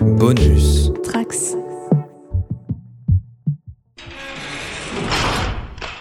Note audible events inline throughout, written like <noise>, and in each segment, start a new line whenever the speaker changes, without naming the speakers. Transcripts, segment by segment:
Bonus.
Trax.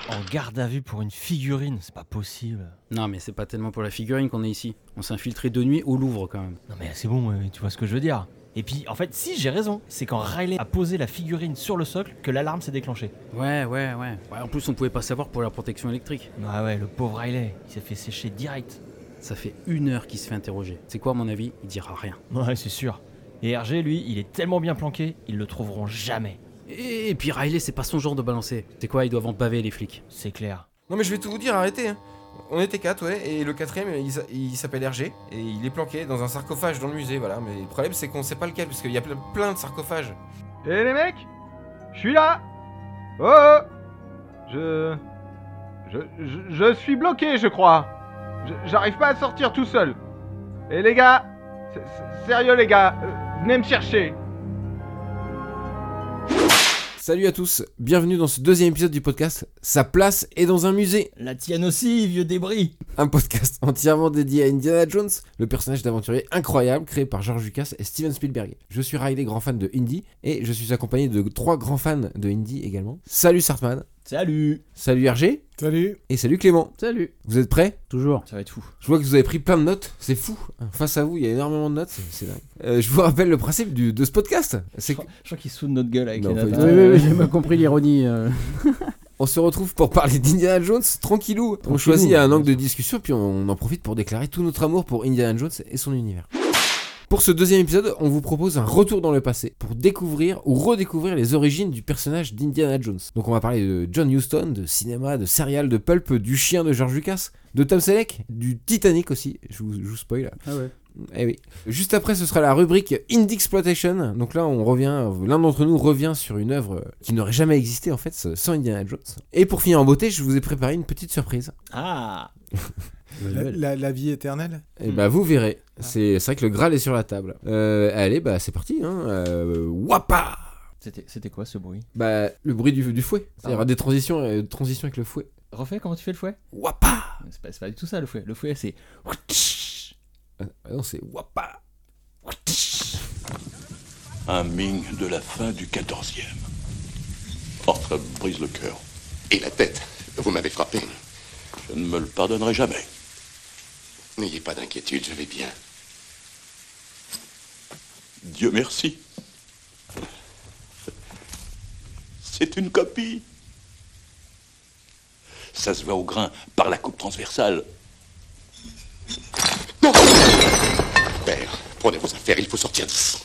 En garde à vue pour une figurine, c'est pas possible.
Non, mais c'est pas tellement pour la figurine qu'on est ici. On s'est infiltré de nuit au Louvre quand même.
Non mais c'est bon, ouais, tu vois ce que je veux dire. Et puis, en fait, si j'ai raison, c'est quand Riley a posé la figurine sur le socle que l'alarme s'est déclenchée.
Ouais, ouais, ouais. Ouais, En plus, on pouvait pas savoir pour la protection électrique.
Ah ouais, le pauvre Riley, il s'est fait sécher direct.
Ça fait une heure qu'il se fait interroger. C'est quoi, à mon avis Il dira rien.
Ouais, c'est sûr. Et Hergé, lui, il est tellement bien planqué, ils le trouveront jamais.
Et, et puis Riley, c'est pas son genre de balancer. C'est quoi Ils doivent en baver les flics.
C'est clair.
Non mais je vais tout vous dire, arrêtez. hein. On était quatre, ouais, et le quatrième, il, s'a- il s'appelle Hergé, et il est planqué dans un sarcophage dans le musée, voilà. Mais le problème, c'est qu'on sait pas lequel, parce qu'il y a ple- plein de sarcophages.
Eh les mecs Je suis là Oh, oh je... je... Je... je suis bloqué, je crois. Je- J'arrive pas à sortir tout seul. Eh les gars s- s- Sérieux les gars euh, Venez me chercher
Salut à tous, bienvenue dans ce deuxième épisode du podcast Sa place est dans un musée,
La tienne aussi, vieux débris
un podcast <laughs> entièrement dédié à Indiana Jones, le personnage d'aventurier incroyable créé par George Lucas et Steven Spielberg. Je suis Riley, grand fan de Indy, et je suis accompagné de trois grands fans de Indy également. Salut Sartman,
Salut
salut Hergé,
Salut.
et salut Clément.
Salut
Vous êtes prêts
Toujours.
Ça va être fou.
Je vois que vous avez pris plein de notes, c'est fou. Face à vous, il y a énormément de notes, c'est- c'est dingue. Euh, je vous rappelle le principe du- de ce podcast, c'est que
Je crois qu'il soude notre gueule avec
Non,
les
pas du
Euh,
notes.
tout.
Ah,
j'ai pas compris l'ironie. euh.
On se retrouve pour parler d'Indiana Jones tranquillou. On
Tranquillou,
choisit un
bien
angle de discussion, puis on en profite pour déclarer tout notre amour pour Indiana Jones et son univers. Pour ce deuxième épisode, on vous propose un retour dans le passé pour découvrir ou redécouvrir les origines du personnage d'Indiana Jones. Donc on va parler de John Huston, de cinéma, de serial, de pulp, du chien de George Lucas, de Tom Selleck, du Titanic aussi. Je vous, je vous spoil là.
Ah ouais.
Eh oui. Juste après, ce sera la rubrique Indie Exploitation. Donc là, on revient, l'un d'entre nous revient sur une œuvre qui n'aurait jamais existé en fait sans Indiana Jones. Et pour finir en beauté, je vous ai préparé une petite surprise.
Ah
La, la- la vie éternelle
Et bah vous verrez. C'est c'est vrai que le Graal est sur la table. Euh, allez, bah c'est parti. Hein. Euh, wapa
C'était c'était quoi ce bruit
Bah le bruit du, du fouet. Il y aura
Pardon.
des transitions, euh, transitions avec le fouet.
Refais comment tu fais le fouet
Wapa
C'est pas, c'est pas du tout ça le fouet. Le fouet c'est.
Ah Non, c'est wapa.
Un Ming de la fin du 14e. Oh, ça me brise le cœur.
Et la tête, vous m'avez frappé.
Je ne me le pardonnerai jamais.
N'ayez pas d'inquiétude, je vais bien.
Dieu merci. C'est une copie. Ça se voit au grain par la coupe transversale.
Père, prenez vos affaires, il faut sortir d'ici.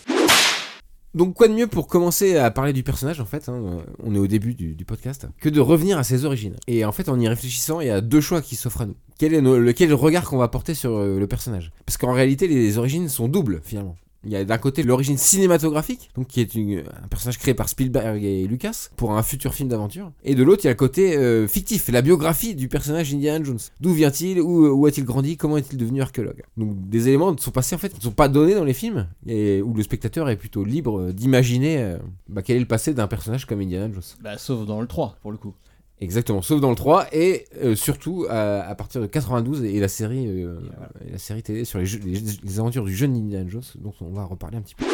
Donc quoi de mieux pour commencer à parler du personnage en fait, hein, euh, on est au début du, du podcast, que de revenir à ses origines. Et en fait en y réfléchissant, il y a deux choix qui s'offrent à nous. Quel est no- lequel regard qu'on va porter sur euh, le personnage Parce qu'en réalité les origines sont doubles finalement. Il y a d'un côté l'origine cinématographique, donc qui est une- un personnage créé par Spielberg et Lucas pour un futur film d'aventure, et de l'autre il y a le côté euh, fictif, la biographie du personnage Indiana Jones. D'où vient-il Où, euh, où a-t-il grandi Comment est-il devenu archéologue Donc des éléments sont passés en fait, qui ne sont pas donnés dans les films, et où le spectateur est plutôt libre euh, d'imaginer euh, bah, quel est le passé d'un personnage comme Indiana Jones.
Bah sauf dans le 3 pour le coup.
Exactement, sauf dans le 3 et euh, surtout à, à partir de 92 et la série, euh, et la série télé sur les, jeux- les- les aventures du jeune Indiana Jones dont on va reparler un petit peu.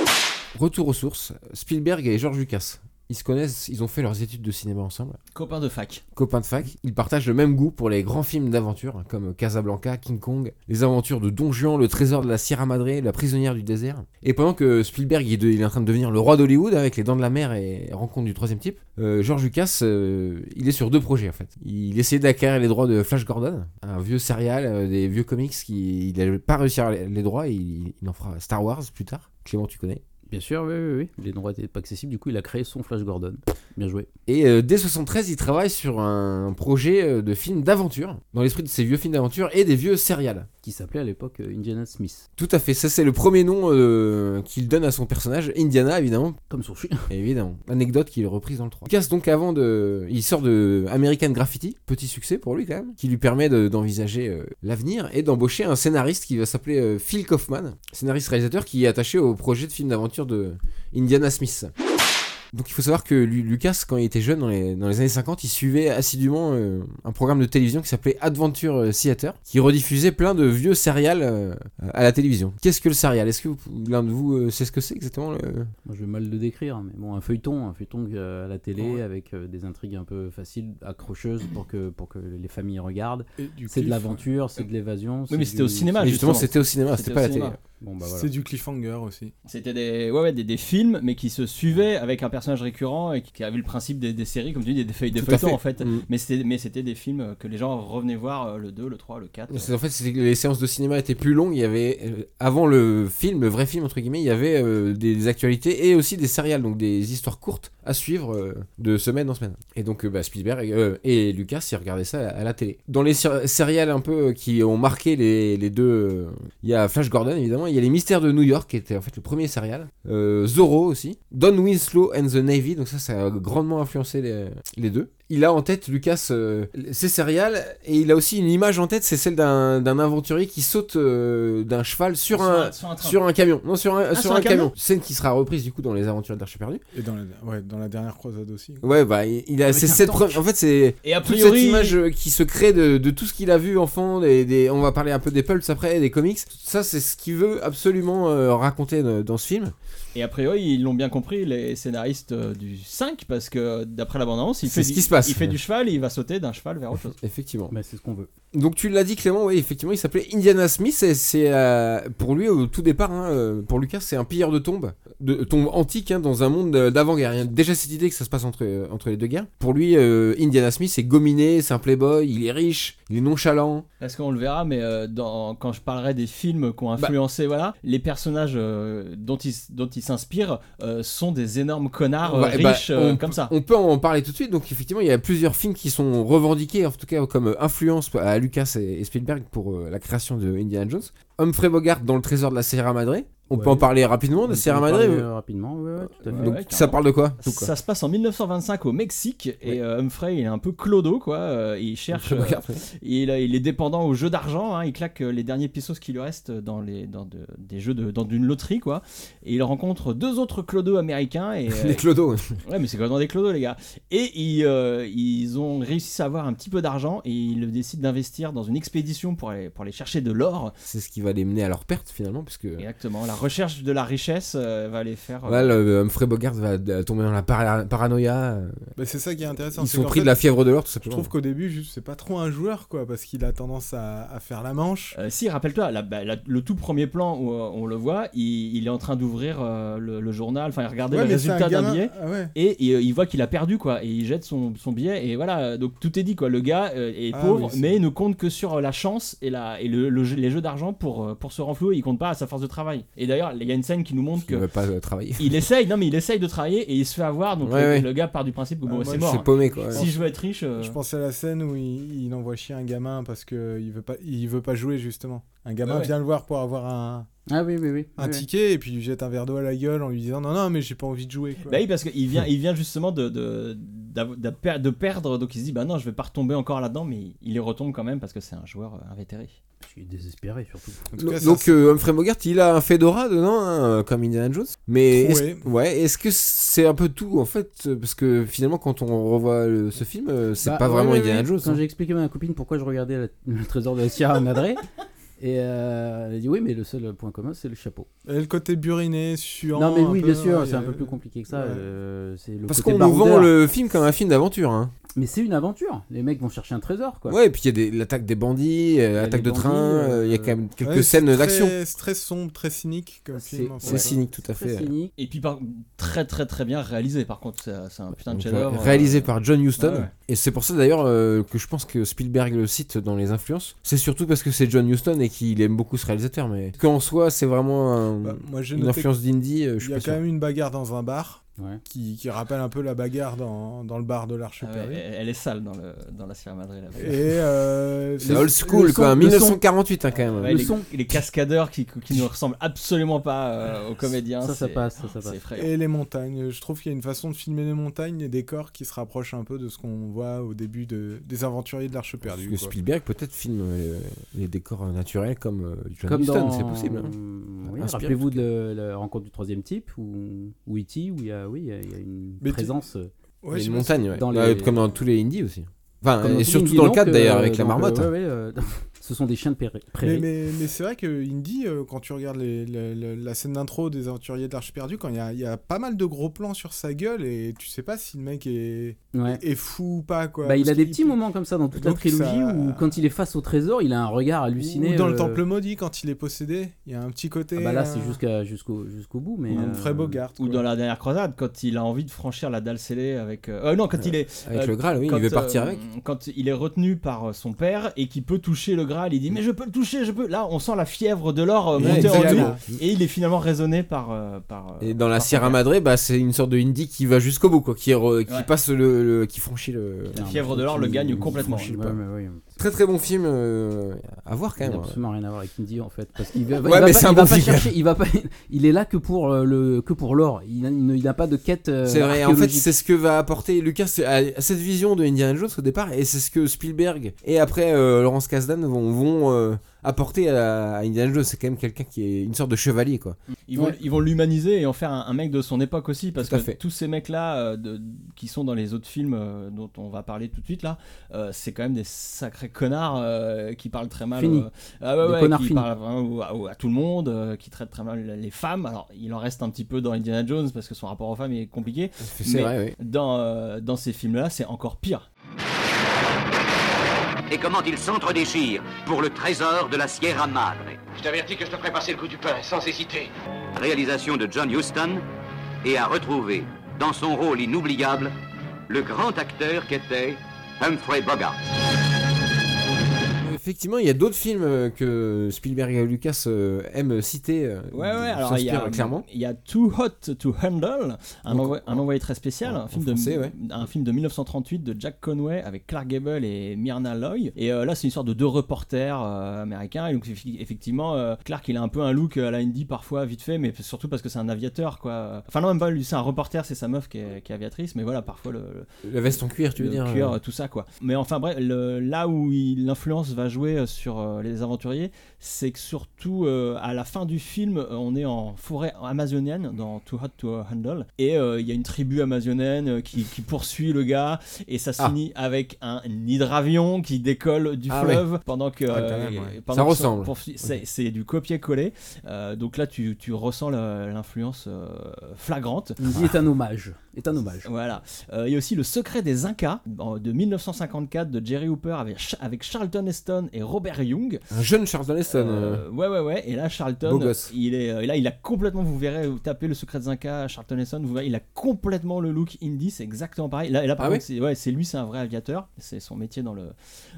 Retour aux sources, Spielberg et George Lucas. Ils se connaissent, ils ont fait leurs études de cinéma ensemble.
Copain de fac.
Copains de fac, ils partagent le même goût pour les grands films d'aventure hein, comme Casablanca, King Kong, les aventures de Don Juan, le trésor de la Sierra Madre, la prisonnière du désert. Et pendant que Spielberg il est il est en train de devenir le roi d'Hollywood avec les dents de la mer et rencontre du troisième type, euh, George Lucas euh, il est sur deux projets en fait. Il essayait d'acquérir les droits de Flash Gordon, un vieux serial, euh, des vieux comics qui il n'a pas réussi à avoir les les droits et il, il en fera Star Wars plus tard. Clément tu connais.
<laughs> Bien sûr, oui, oui, oui. Les droits n'étaient pas accessibles, du coup, il a créé son Flash Gordon. Bien joué.
Et euh, dès 73, il travaille sur un projet euh, de film d'aventure, dans l'esprit de ces vieux films d'aventure et des vieux serials.
Qui s'appelait à l'époque euh, Indiana Smith.
Tout à fait, ça c'est le premier nom euh, qu'il donne à son personnage, Indiana évidemment,
Comme son chien.
<laughs> évidemment. Anecdote qu'il est reprise dans le 3. Lucas donc avant de... Il sort de American Graffiti, petit succès pour lui quand même, qui lui permet de- d'envisager euh, l'avenir et d'embaucher un scénariste qui va s'appeler euh, Phil Kaufman, scénariste réalisateur qui est attaché au projet de film d'aventure de Indiana Smith. Donc il faut savoir que Lu- Lucas, quand il était jeune, dans les, dans les années 50, il suivait assidûment euh, un programme de télévision qui s'appelait Adventure euh, Theater, qui rediffusait plein de vieux serials euh, à la télévision. Qu'est-ce que le serial Est-ce que vous- l'un de vous euh, sait ce que c'est exactement le-
Moi, je vais mal le décrire, hein, mais bon, un feuilleton, un feuilleton euh, à la télé
Ouais.
avec euh, des intrigues un peu faciles, accrocheuses pour que, pour que les familles regardent.
Et du
C'est de
cliff-
l'aventure, c'est de l'évasion. c'est
mais
du-
c'était au cinéma,
c'est
Et
du
Justement,
sens.
c'était au cinéma, c'était
Ah, C'était
pas
au
à la télé.
cinéma.
Bon, bah voilà.
C'est du cliffhanger aussi.
C'était des, ouais, ouais, des, des films, mais qui se suivaient avec un personnage récurrent et qui, qui avait le principe des, des séries, comme tu dis, des, feuilles, des
Tout à
feuilletons en fait.
Mm.
Mais c'était, mais c'était des films que les gens revenaient voir euh, le 2, le 3, le 4.
C'est- En fait, c'est que les séances de cinéma étaient plus longues. Il y avait euh, avant le film, le vrai film entre guillemets, il y avait euh, des, des actualités et aussi des serials, donc des histoires courtes à suivre euh, de semaine en semaine. Et donc euh, bah, Spielberg euh, et Lucas, ils regardaient ça à, à la télé. Dans les ser- serials un peu euh, qui ont marqué les, les deux, euh, il y a Flash Gordon évidemment, il y a les Mystères de New York qui était en fait le premier serial, euh, Zorro aussi, Don Winslow and the Navy. Donc ça, ça a grandement influencé les, les deux. Il a en tête, Lucas, euh, ses céréales, et il a aussi une image en tête, c'est celle d'un d'un aventurier qui saute euh, d'un cheval sur un,
train.
sur un camion. Non, sur un, sur
sur
un
un
camion.
camion.
Scène qui sera reprise du coup dans Les Aventures d'Archie Perdu.
Et dans la, ouais, dans la dernière croisade aussi.
Ouais, bah, il il a
Avec
c'est
un
cette
tank.
preuve. En fait, c'est
Et a
toute cette
priori,
image euh, qui se crée de, de tout ce qu'il a vu enfant. Des, des- on va parler un peu des pulps après, des comics. Ça, c'est ce qu'il veut absolument euh, raconter euh, dans ce film.
et a priori, ils l'ont bien compris, les scénaristes euh, du 5, parce que d'après la bande-annonce, il,
C'est
fait
ce
du-
qui se passe.
il fait du cheval et il va sauter d'un cheval vers
<laughs>
autre chose.
Effectivement.
Bah, c'est ce qu'on veut.
Donc tu l'as dit Clément, oui, effectivement, il s'appelait Indiana Smith et c'est euh, pour lui au tout départ, hein, euh, pour Lucas, c'est un pilleur de tombes, de tombes antiques hein, dans un monde euh, d'avant-guerre. Il y a Déjà cette idée que ça se passe entre euh, entre les deux guerres. Pour lui, euh, Indiana Smith, c'est gominé, c'est un playboy, il est riche, il est nonchalant.
Parce qu'on le verra, mais euh, dans, quand je parlerai des films qui ont
Bah.
influencé, voilà, les personnages euh, dont ils dont ils s'inspirent euh, sont des énormes connards euh,
Ouais, bah,
riches euh,
on-
comme ça.
On peut en parler tout de suite. Donc effectivement, il y a plusieurs films qui sont revendiqués, en tout cas comme euh, influence à Lucas et et Spielberg pour euh, la création de Indiana Jones. Humphrey Bogart dans le Trésor de la Sierra Madre. On peut
Ouais.
en parler rapidement de
On
Sierra
peut en
Madre.
parler, euh, Rapidement, ouais, ouais, tout à fait.
Donc
ouais,
ça
carrément.
parle de quoi, tout quoi
Ça se passe en 1925 au Mexique et euh, Humphrey il est un peu clodo quoi. euh, il cherche, euh, il, a- il est dépendant aux jeux d'argent. hein, il claque euh, les derniers pesos qui lui restent dans les dans de- des jeux de dans une loterie quoi. Et il rencontre deux autres clodos américains
<laughs>
et euh,
Les clodos. hein.
Ouais, mais c'est quand dans des clodos, les gars. Et ils, euh, ils ont réussi à avoir un petit peu d'argent et ils décident d'investir dans une expédition pour aller, pour aller chercher de l'or.
C'est ce qui va les mener à leur perte finalement, puisque
Exactement. La recherche de la richesse euh, va les faire. euh,
là, le Humphrey Bogart va euh, tomber dans la para- paranoïa. euh,
Bah, c'est ça qui est intéressant.
Ils
c'est
sont
qu'en
pris
fait,
de la fièvre de l'or, tout
Je
simplement.
trouve qu'au début, juste, c'est pas trop un joueur, quoi, parce qu'il a tendance à, à faire la manche.
euh, si, rappelle-toi, la- bah, la- le tout premier plan où euh, on le voit, il, il est en train d'ouvrir euh, le, le journal, enfin, il regardait
Ouais,
le
mais c'est un
résultat d'un
gamin-
billet.
Ah ouais.
Et, et, euh, il voit qu'il a perdu quoi, et il jette son, son billet et voilà. euh, Donc tout est dit quoi. Le gars euh, est
Ah
pauvre,
oui, c'est-
mais ne compte que sur euh, la chance et la et le, le jeu- les jeux d'argent pour euh, pour se renflouer. Il compte pas à sa force de travail. Et d'ailleurs, il y a une scène qui nous montre
Ils
que
veulent pas euh, travailler.
il essaye, non mais il essaye de travailler et il se fait avoir. Donc
Ouais,
le,
ouais.
le gars part du principe que bon,
Ah, moi,
c'est
je
mort. hein.
C'est paumé quoi.
Si je veux être riche, euh,
Je pensais à la scène où il, il envoie chier un gamin parce que il veut pas, il veut pas jouer justement. Un gamin
Ouais, ouais.
vient le voir pour avoir un,
Ah oui, oui, oui.
un
oui, oui.
ticket et puis il lui jette un verre d'eau à la gueule en lui disant non non mais j'ai pas envie de jouer. Quoi.
bah oui parce qu'il vient, il vient justement de de, d'av- de per- de perdre. Donc il se dit bah non, je vais pas retomber encore là-dedans, mais il y retombe quand même parce que c'est un joueur euh, invétéré.
Je suis désespéré surtout.
En tout cas,
Donc,
ça,
donc, euh, Humphrey Bogart, il a un fedora dedans, hein, comme Indiana Jones. Mais est-ce-
Troué.
ouais, est-ce que c'est un peu tout en fait euh, Parce que finalement, quand on revoit le- ce film, euh, c'est
Bah,
pas
ouais,
vraiment
ouais,
Indiana
ouais.
Jones.
Quand
hein.
j'ai expliqué à ma copine pourquoi je regardais la- <laughs> le trésor de la Sierra Madre, et euh, elle a dit oui, mais le seul point commun, c'est le chapeau.
et le côté buriné, suant.
non, mais oui,
un
bien
peu,
sûr,
ouais,
c'est un
euh,
peu plus compliqué que ça.
ouais.
euh, c'est le
Parce
côté
qu'on nous vend
baroudeur.
le film comme un film d'aventure. Hein.
Mais c'est une aventure. Les mecs vont chercher un trésor, quoi.
Ouais, et puis il y a des- l'attaque des bandits, euh,
a
l'attaque de
les
train,
bandits,
euh, il y a
euh,
quand même quelques
ouais,
scènes
c'est
d'action.
très- C'est très sombre, très cynique comme film. en
c'est
fait.
cynique, tout à
Très
fait.
cynique.
Et puis par- très très très bien réalisé. Par contre, c'est c'est un putain de
Donc,
chef-d'œuvre.
euh, réalisé
euh,
par John Huston.
ouais, ouais.
Et c'est pour ça d'ailleurs euh, que je pense que Spielberg le cite dans les influences. C'est surtout parce que c'est John Huston et qu'il aime beaucoup ce réalisateur. Mais qu'en soi, c'est vraiment un-
Bah, moi j'ai
une
noté
influence d'indie. euh, je
Il
suis
y a
pas
quand
sûr.
même une bagarre dans un bar
Ouais.
qui, qui rappelle un peu la bagarre dans, dans le bar de l'Arche
Ah ouais, <laughs>
Perry.
elle, elle est sale dans, le, dans la sphère Madrid. là.
Et euh,
C'est
le-
old school
le
quoi,
son- le son-
1948 hein, quand même.
Ouais,
Le
les,
son.
les cascadeurs qui, qui ne ressemblent absolument pas euh, aux comédiens.
Ça, ça
c'est-
passe, ça, ça passe.
C'est effrayant.
et les montagnes. Je trouve qu'il y a une façon de filmer les montagnes, les décors qui se rapprochent un peu de ce qu'on voit au début de, des aventuriers de l'Arche
Parce
Perdue.
que
quoi.
Spielberg peut-être filme euh, les décors euh, naturels comme euh, John
Comme
Huston,
dans...
c'est possible. hein.
Oui, Oui,
Inspire,
Rappelez-vous de le- la rencontre du troisième type où, où E.T., où il y a, oui, il y a- il y a une
Mais tu-
présence. euh,
Ouais,
les
je-
montagnes, ouais.
dans
Ouais,
les-
Comme dans tous les indies aussi. Enfin,
comme
et
tout
surtout
Indie,
dans le
donc,
4 d'ailleurs,
euh,
avec la
donc, euh,
marmotte. hein.
ouais, ouais, euh, <laughs> ce sont des chiens de prairie.
Mais,
prairie.
mais- mais c'est vrai que Indy, euh, quand tu regardes les- la- la- la scène d'intro des aventuriers de l'Arche perdue, quand il y a, il y a pas mal de gros plans sur sa gueule et tu sais pas si le mec est,
Ouais.
est fou ou pas. Quoi,
Bah, il
Parce
a des
qu'il-
petits moments comme ça dans toute la
Donc, ça-
trilogie où quand il est face au trésor, il a un regard halluciné.
Ou dans le
euh,
temple maudit, quand il est possédé, il y a un petit côté.
Ah bah là,
euh,
c'est jusqu'à jusqu'au jusqu'au bout, mais
Un
euh,
vrai Bogart.
Ou
quoi.
dans la dernière croisade, quand il a envie de franchir la dalle scellée avec. euh, euh, non, quand il est
Avec
Euh,
le Graal, oui,
quand,
il veut partir
euh,
avec.
Quand il est retenu par euh, son père et qu'il peut toucher le Graal, il dit mais je peux le toucher, je peux. Là, on sent la fièvre de l'or euh,
Ouais,
monter en
exactement.
nous et il est finalement raisonné par euh, par. euh,
Et dans la
par son
Sierra
père.
Madre, bah, c'est une sorte de indie qui va jusqu'au bout, quoi, qui, re- qui
Ouais.
passe le, le- qui franchit le.
La fièvre de l'or le gagne complètement. hein.
ouais, mais ouais,
Très très bon film euh, à voir quand
Il
même.
n'a
ouais.
absolument rien à voir avec Indy en fait parce qu'il va,
Ouais,
il va
mais
pas,
c'est un
il va
bon
pas
film.
chercher, il va pas il est là que pour euh, le que pour l'or, il a- il n'a pas de quête euh,
C'est vrai, en fait,
archéologique.
c'est ce que va apporter Lucas c'est- à cette vision de Indiana Jones au départ, et c'est ce que Spielberg et après euh, Laurence Kasdan vont, vont euh, apporter à, à Indiana Jones. C'est quand même quelqu'un qui est une sorte de chevalier, quoi.
Ils vont
Ouais.
ils vont l'humaniser et en faire un, un mec de son époque aussi parce
Tout à
que
fait.
tous ces mecs là qui sont dans les autres films euh, dont on va parler tout de suite là, euh, c'est quand même des sacrés connards euh, qui parlent très mal.
Fini.
euh, ah ouais,
Des
ouais,
connards
qui
finis.
parlent vraiment au- à, au- à tout le monde, euh, qui traitent très mal les femmes. Alors il en reste un petit peu dans Indiana Jones parce que son rapport aux femmes est compliqué.
C'est
Mais-
vrai, oui.
dans, euh, dans ces films-là, c'est encore pire.
Et comment ils s'entre-déchirent pour le trésor de la Sierra Madre.
Je t'avertis que je te ferai passer le coup du pain, sans hésiter.
réalisation de John Huston, et à retrouver, dans son rôle inoubliable, le grand acteur qu'était Humphrey Bogart.
Effectivement, il y a d'autres films euh, que Spielberg et Lucas euh, aiment citer. euh,
Ouais, ouais,
ils
alors il y,
s'inspirent
a,
clairement.
il y a Too Hot to Handle, un,
Donc,
envoi- un
en-
envoyé très spécial,
en-
un, film
en français,
de,
ouais.
un film de 1938 de Jack Conway avec Clark Gable et Myrna Loy. Et euh, là, c'est une sorte de deux reporters euh, américains. Et donc, effi- effectivement, euh, Clark, il a un peu un look euh, à la Indy parfois, vite fait, mais surtout parce que c'est un aviateur, quoi. Enfin, non, même pas lui, c'est un reporter, c'est sa meuf qui est, qui est aviatrice, mais voilà, parfois le- le,
La veste en cuir, tu veux
le
dire
cuir,
euh,
tout ça quoi. Mais enfin bref, le- là où il- l'influence va jouer euh, sur euh, les aventuriers, c'est que surtout euh, à la fin du film, euh, on est en forêt amazonienne dans Too Hot to Handle et euh, il y a une tribu amazonienne euh, qui, qui poursuit le gars et ça se
Ah.
finit avec un hydravion qui décolle du
Ah
fleuve pendant que euh,
Ah, quand même, ouais.
pendant
Ça
que
ressemble.
poursuit- C'est c'est du copier-coller. Euh, donc là, tu, tu ressens la- l'influence euh, flagrante.
Indy est un hommage, est un hommage.
Voilà. Euh, il y a aussi Le secret des Incas en- de 1954 de Jerry Hooper avec, Ch- avec Charlton Heston et Robert Young.
Un jeune Charlton Heston. euh,
Euh, ouais, ouais, ouais. Et là, Charlton,
Beau gosse.
il est euh, et là, il a complètement, vous verrez, vous tapez Le secret des Incas, Charlton Heston, vous verrez, il a complètement le look indie, c'est exactement pareil. Là, et là par
Ah
contre, c'est ouais, c'est lui, c'est un vrai aviateur, c'est son métier dans le.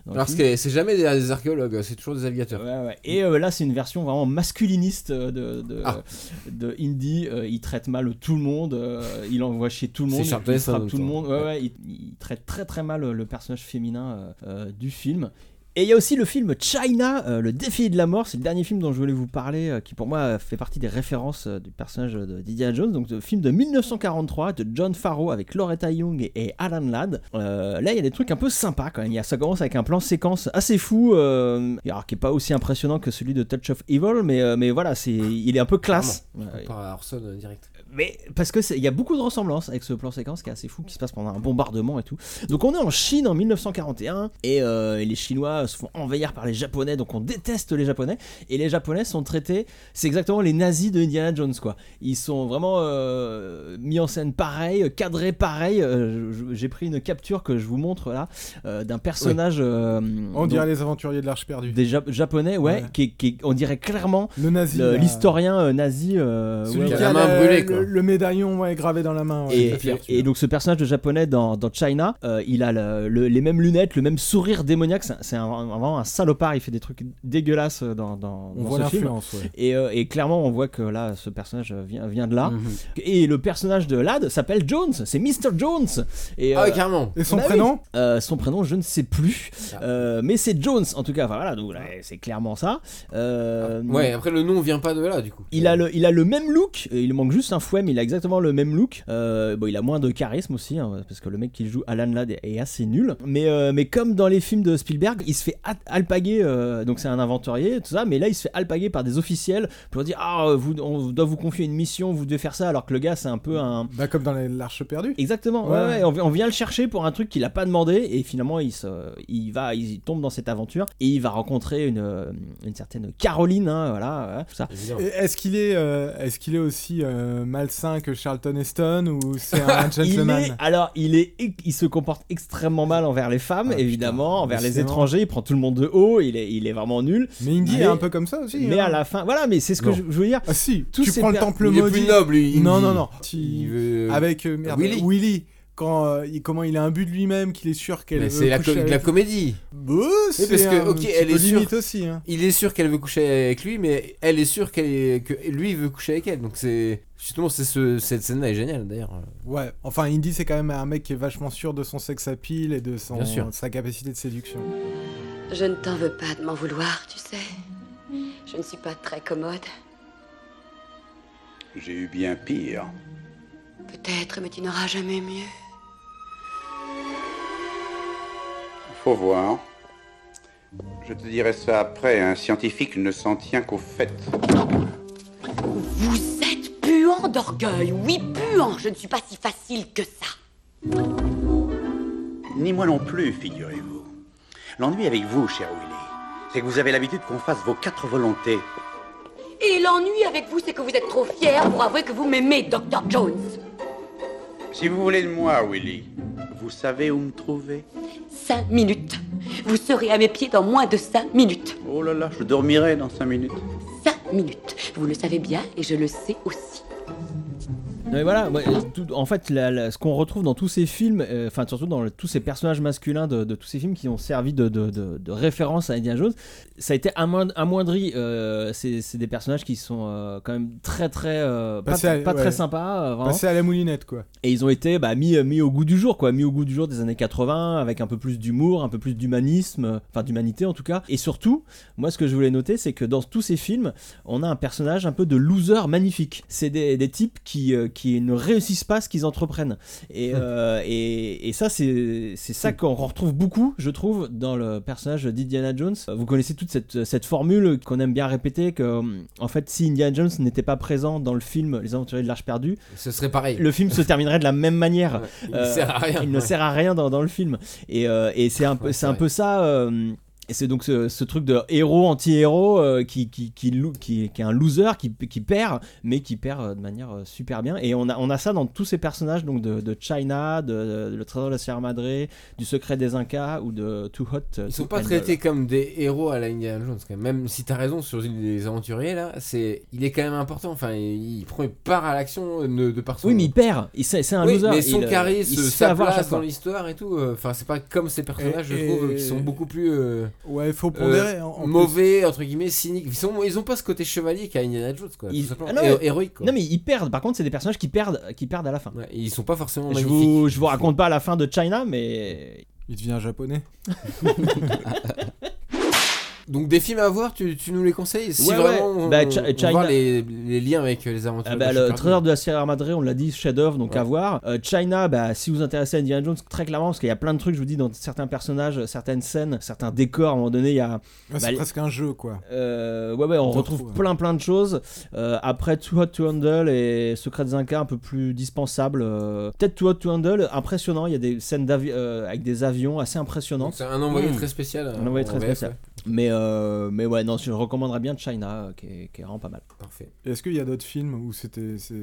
dans le
Alors
film.
que c'est jamais des, des archéologues, c'est toujours des aviateurs.
Ouais, ouais. Et euh, là, c'est une version vraiment masculiniste euh, de, de,
Ah.
de Indy. Euh, il traite mal tout le monde, euh, il envoie chez tout le
C'est
monde,
Charlton
il
Heston, en
frappe
même
tout le
temps.
monde. Ouais,
Ouais.
ouais, il, il traite très très mal euh, le personnage féminin euh, euh, du film. Et il y a aussi le film China, euh, le défi de la mort, c'est le dernier film dont je voulais vous parler, euh, qui pour moi euh, fait partie des références euh, du personnage de Didier Jones, donc le film de 1943 de John Farrow avec Loretta Young et, et Alan Ladd. Euh, là, il y a des trucs un peu sympas quand même. Il y a- ça commence avec un plan séquence assez fou, euh, alors qui est pas aussi impressionnant que celui de Touch of Evil, mais, euh, mais voilà, c'est, il est un peu classe. Ouais.
Par Orson euh, direct.
Mais parce que c'est- il y a beaucoup de ressemblances avec ce plan séquence qui est assez fou, qui se passe pendant un bombardement et tout. Donc on est en Chine en 1941 et euh, les Chinois se font envahir par les Japonais, donc on déteste les Japonais et les Japonais sont traités, c'est exactement les nazis de Indiana Jones quoi. Ils sont vraiment euh, mis en scène pareil, cadrés pareil. Euh, je- je- J'ai pris une capture que je vous montre là euh, d'un personnage. euh,
On
donc,
dirait les aventuriers de l'Arche perdue.
des Ja- japonais, ouais,
Ouais.
Qui, est- qui est- on dirait clairement
Le nazi.
le-
là.
l'historien euh, nazi. euh,
Celui
ouais,
qui
ouais.
a
La main
la-
brûlée, quoi.
le, le médaillon ouais, gravé dans la main. ouais.
et, et- et donc ce personnage de japonais dans, dans China, euh, il a le- le- les mêmes lunettes, le même sourire démoniaque, c'est un- c'est un- vraiment un salopard, il fait des trucs dégueulasses euh, dans, dans,
on
dans
voit
ce film.
l'influence. ouais.
Et, euh, et clairement on voit que là ce personnage euh, vient, vient de là.
Mhm.
Et le personnage de Lad s'appelle Jones, c'est Mr. Jones. Et,
Ah
euh,
ouais, carrément.
Et son
bah oui.
prénom
euh, son prénom je ne sais plus,
Ah.
Euh, mais c'est Jones en tout cas, Enfin, voilà, donc là, c'est clairement ça. Euh,
Ouais, après le nom vient pas de là du coup.
il a, le, il a le même look, euh, il manque juste un fouet, mais il a exactement le même look. Euh, bon, il a moins de charisme aussi, hein, parce que le mec qui joue Alan Ladd est- est assez nul. Mais, euh, mais comme dans les films de Spielberg, il, se fait at- alpaguer, euh, donc c'est un inventurier, tout ça, mais là il se fait alpaguer par des officiels pour dire Ah, vous, on doit vous confier une mission, vous devez faire ça, alors que le gars c'est un peu un.
Bah, comme dans les- l'Arche perdue.
Exactement,
Ouais,
ouais,
ouais.
ouais, on, vi- on vient le chercher pour un truc qu'il a pas demandé et finalement il, se, il, va, il tombe dans cette aventure et il va rencontrer une, euh, une certaine Caroline, hein, voilà, voilà, tout ça.
Et Est-ce qu'il est, euh, est-ce qu'il est aussi euh, malsain que Charlton Heston ou c'est
<laughs>
un gentleman
Il est, alors, il, est, il se comporte extrêmement mal envers les femmes,
Ah,
évidemment,
putain,
envers
mais
les
c'est
étrangers, il prend tout le monde de haut, il est, il est vraiment nul.
Mais Indy
Mais-
est un peu comme ça aussi.
mais
hein.
à la fin, voilà, mais c'est ce que
Non.
je, je veux dire.
Ah si,
tous
tu
ces
prends le
per-
temple
il est
maudit.
plus noble, lui. il-
Non, non, non.
Il
Tu-
veut-
Avec euh, merde,
Willy.
Willy. Quand euh, il, comment il a un but de lui-même, qu'il est sûr qu'elle
Mais
veut
c'est la,
coucher
com- de
avec
la
lui.
comédie.
Bah, c'est
parce que,
un
ok,
petit
elle
peu
est sûre.
limite aussi. hein.
Il est sûr qu'elle veut coucher avec lui, mais elle est sûre qu'elle est- que lui veut coucher avec elle. Donc c'est justement c'est ce- cette scène-là est géniale d'ailleurs.
Ouais. Enfin, Indy c'est quand même un mec qui est vachement sûr de son sexe à pile et de son
Bien sûr.
sa capacité de séduction.
Je ne t'en veux pas de m'en vouloir, tu sais. Je ne suis pas très commode.
J'ai eu bien pire.
Peut-être, mais tu n'auras jamais mieux.
Faut voir. Je te dirai ça après. Un scientifique ne s'en tient qu'au fait.
Vous êtes puant d'orgueil, oui, puant. Je ne suis pas si facile que ça.
Ni moi non plus, figurez-vous. L'ennui avec vous, cher Willy, c'est que vous avez l'habitude qu'on fasse vos quatre volontés.
Et l'ennui avec vous, c'est que vous êtes trop fier pour avouer que vous m'aimez, Dr. Jones.
Si vous voulez de moi, Willy, vous savez où me trouver.
Cinq minutes. Vous serez à mes pieds dans moins de cinq minutes.
Oh là là, je dormirai dans cinq minutes.
Cinq minutes. Vous le savez bien et je le sais aussi.
Non, mais voilà, moi, euh, tout- en fait, la- la- ce qu'on retrouve dans tous ces films, euh, enfin surtout dans le- tous ces personnages masculins de, de tous ces films qui ont servi de, de- de- de référence à Indiana Jones, ça a été amoin- amoindri. euh, c'est c'est des personnages qui sont euh, quand même très très euh, pas,
Passé Bah, à-
pas
ouais. Bah,
très sympas, euh, vraiment.
Passer à la moulinette quoi.
Et ils ont été bah, mis, mis au goût du jour, quoi, mis au goût du jour des années 80, avec un peu plus d'humour, un peu plus d'humanisme, euh, enfin d'humanité en tout cas. Et surtout, moi ce que je voulais noter, c'est que dans tous ces films, on a un personnage un peu de loser magnifique. C'est des, des types qui, euh, qui ne réussissent pas ce qu'ils entreprennent. Et, euh, et, et ça, c'est c'est ça qu'on retrouve beaucoup, je trouve, dans le personnage d'Indiana Jones. Vous connaissez toute cette, cette formule qu'on aime bien répéter, que euh, en fait, si Indiana Jones n'était pas présent dans le film Les Aventuriers de l'Arche perdue,
Ce serait pareil.
le film se terminerait de la même manière.
Ouais, il
Euh,
sert à rien.
il ne sert à rien dans, dans le film. Et, euh, et c'est un peu,
Ouais, c'est
c'est un
vrai.
peu ça. euh, et c'est donc ce, ce truc de héros anti-héros euh, qui, qui, qui, lo- qui- qui est un loser qui, qui perd, mais qui perd euh, de manière euh, super bien. Et on a, on a ça dans tous ces personnages donc de, de China, de, de Le Trésor de la Sierra Madre, du Secret des Incas ou de Too Hot. euh,
<laughs> Ils sont
to
pas
Handle.
traités comme des héros à la Indiana Jones quand même. Même si t'as raison sur les aventuriers là, c'est il est quand même important. Enfin, il, il prend part à l'action euh, ne- de par son.
Oui, mais il perd. Il- C'est c'est un
Oui,
loser.
mais son
il, euh,
charisme,
il se fait
sa
avoir à chaque
place
fois.
dans l'histoire et tout. euh, Enfin, c'est pas comme ces personnages,
Et-
je trouve,
et-
qui sont beaucoup plus euh,
Ouais, faut pondérer. hein, en- en plus.
mauvais entre guillemets, cyniques. Ils sont, ils ont pas ce côté chevalier qu'a Indiana Jones, quoi.
Ils-
tout simplement.
Ah non,
Hé-
mais-
héroïque, quoi.
Non, mais ils perdent. Par contre, c'est des personnages qui perdent, qui perdent à la fin.
Ouais, et ils sont pas forcément
Je
magnifiques.
vous, je vous raconte pas la fin de China, mais.
Il devient japonais.
Donc des films à voir, tu, tu nous les conseilles Si
Ouais,
vraiment
ouais.
on-
Bah,
on,
Ch-
on
China-
voit les, les liens avec euh, les aventures.
Ah
de
bah,
Super
le
Mario.
trésor de la Sierra Madre, on l'a dit, chef-d'œuvre, donc
Ouais.
à voir. Euh, China, bah, si vous intéressez à Indiana Jones, très clairement, parce qu'il y a plein de trucs, je vous dis, dans certains personnages, certaines scènes, certains décors, à un moment donné, il y a.
Ouais, c'est
Bah,
presque un jeu quoi.
euh, ouais, ouais, on
On
retrouve
retrouve,
plein, plein de choses. Euh, après, Too Hot to Handle et Secret des Incas, un peu plus dispensable. euh, Peut-être Too Hot to Handle, impressionnant, il y a des scènes d'avi- euh, avec des avions assez
Donc,
impressionnantes.
C'est un envoyé
Mmh.
très spécial. euh,
Un envoyé
en
très
VF,
spécial.
ouais.
Mais, euh, mais ouais, non, je recommanderais bien China, euh, qui, est, qui est vraiment pas mal.
Parfait.
Et Est-ce qu'il y a d'autres films où c'était c'est-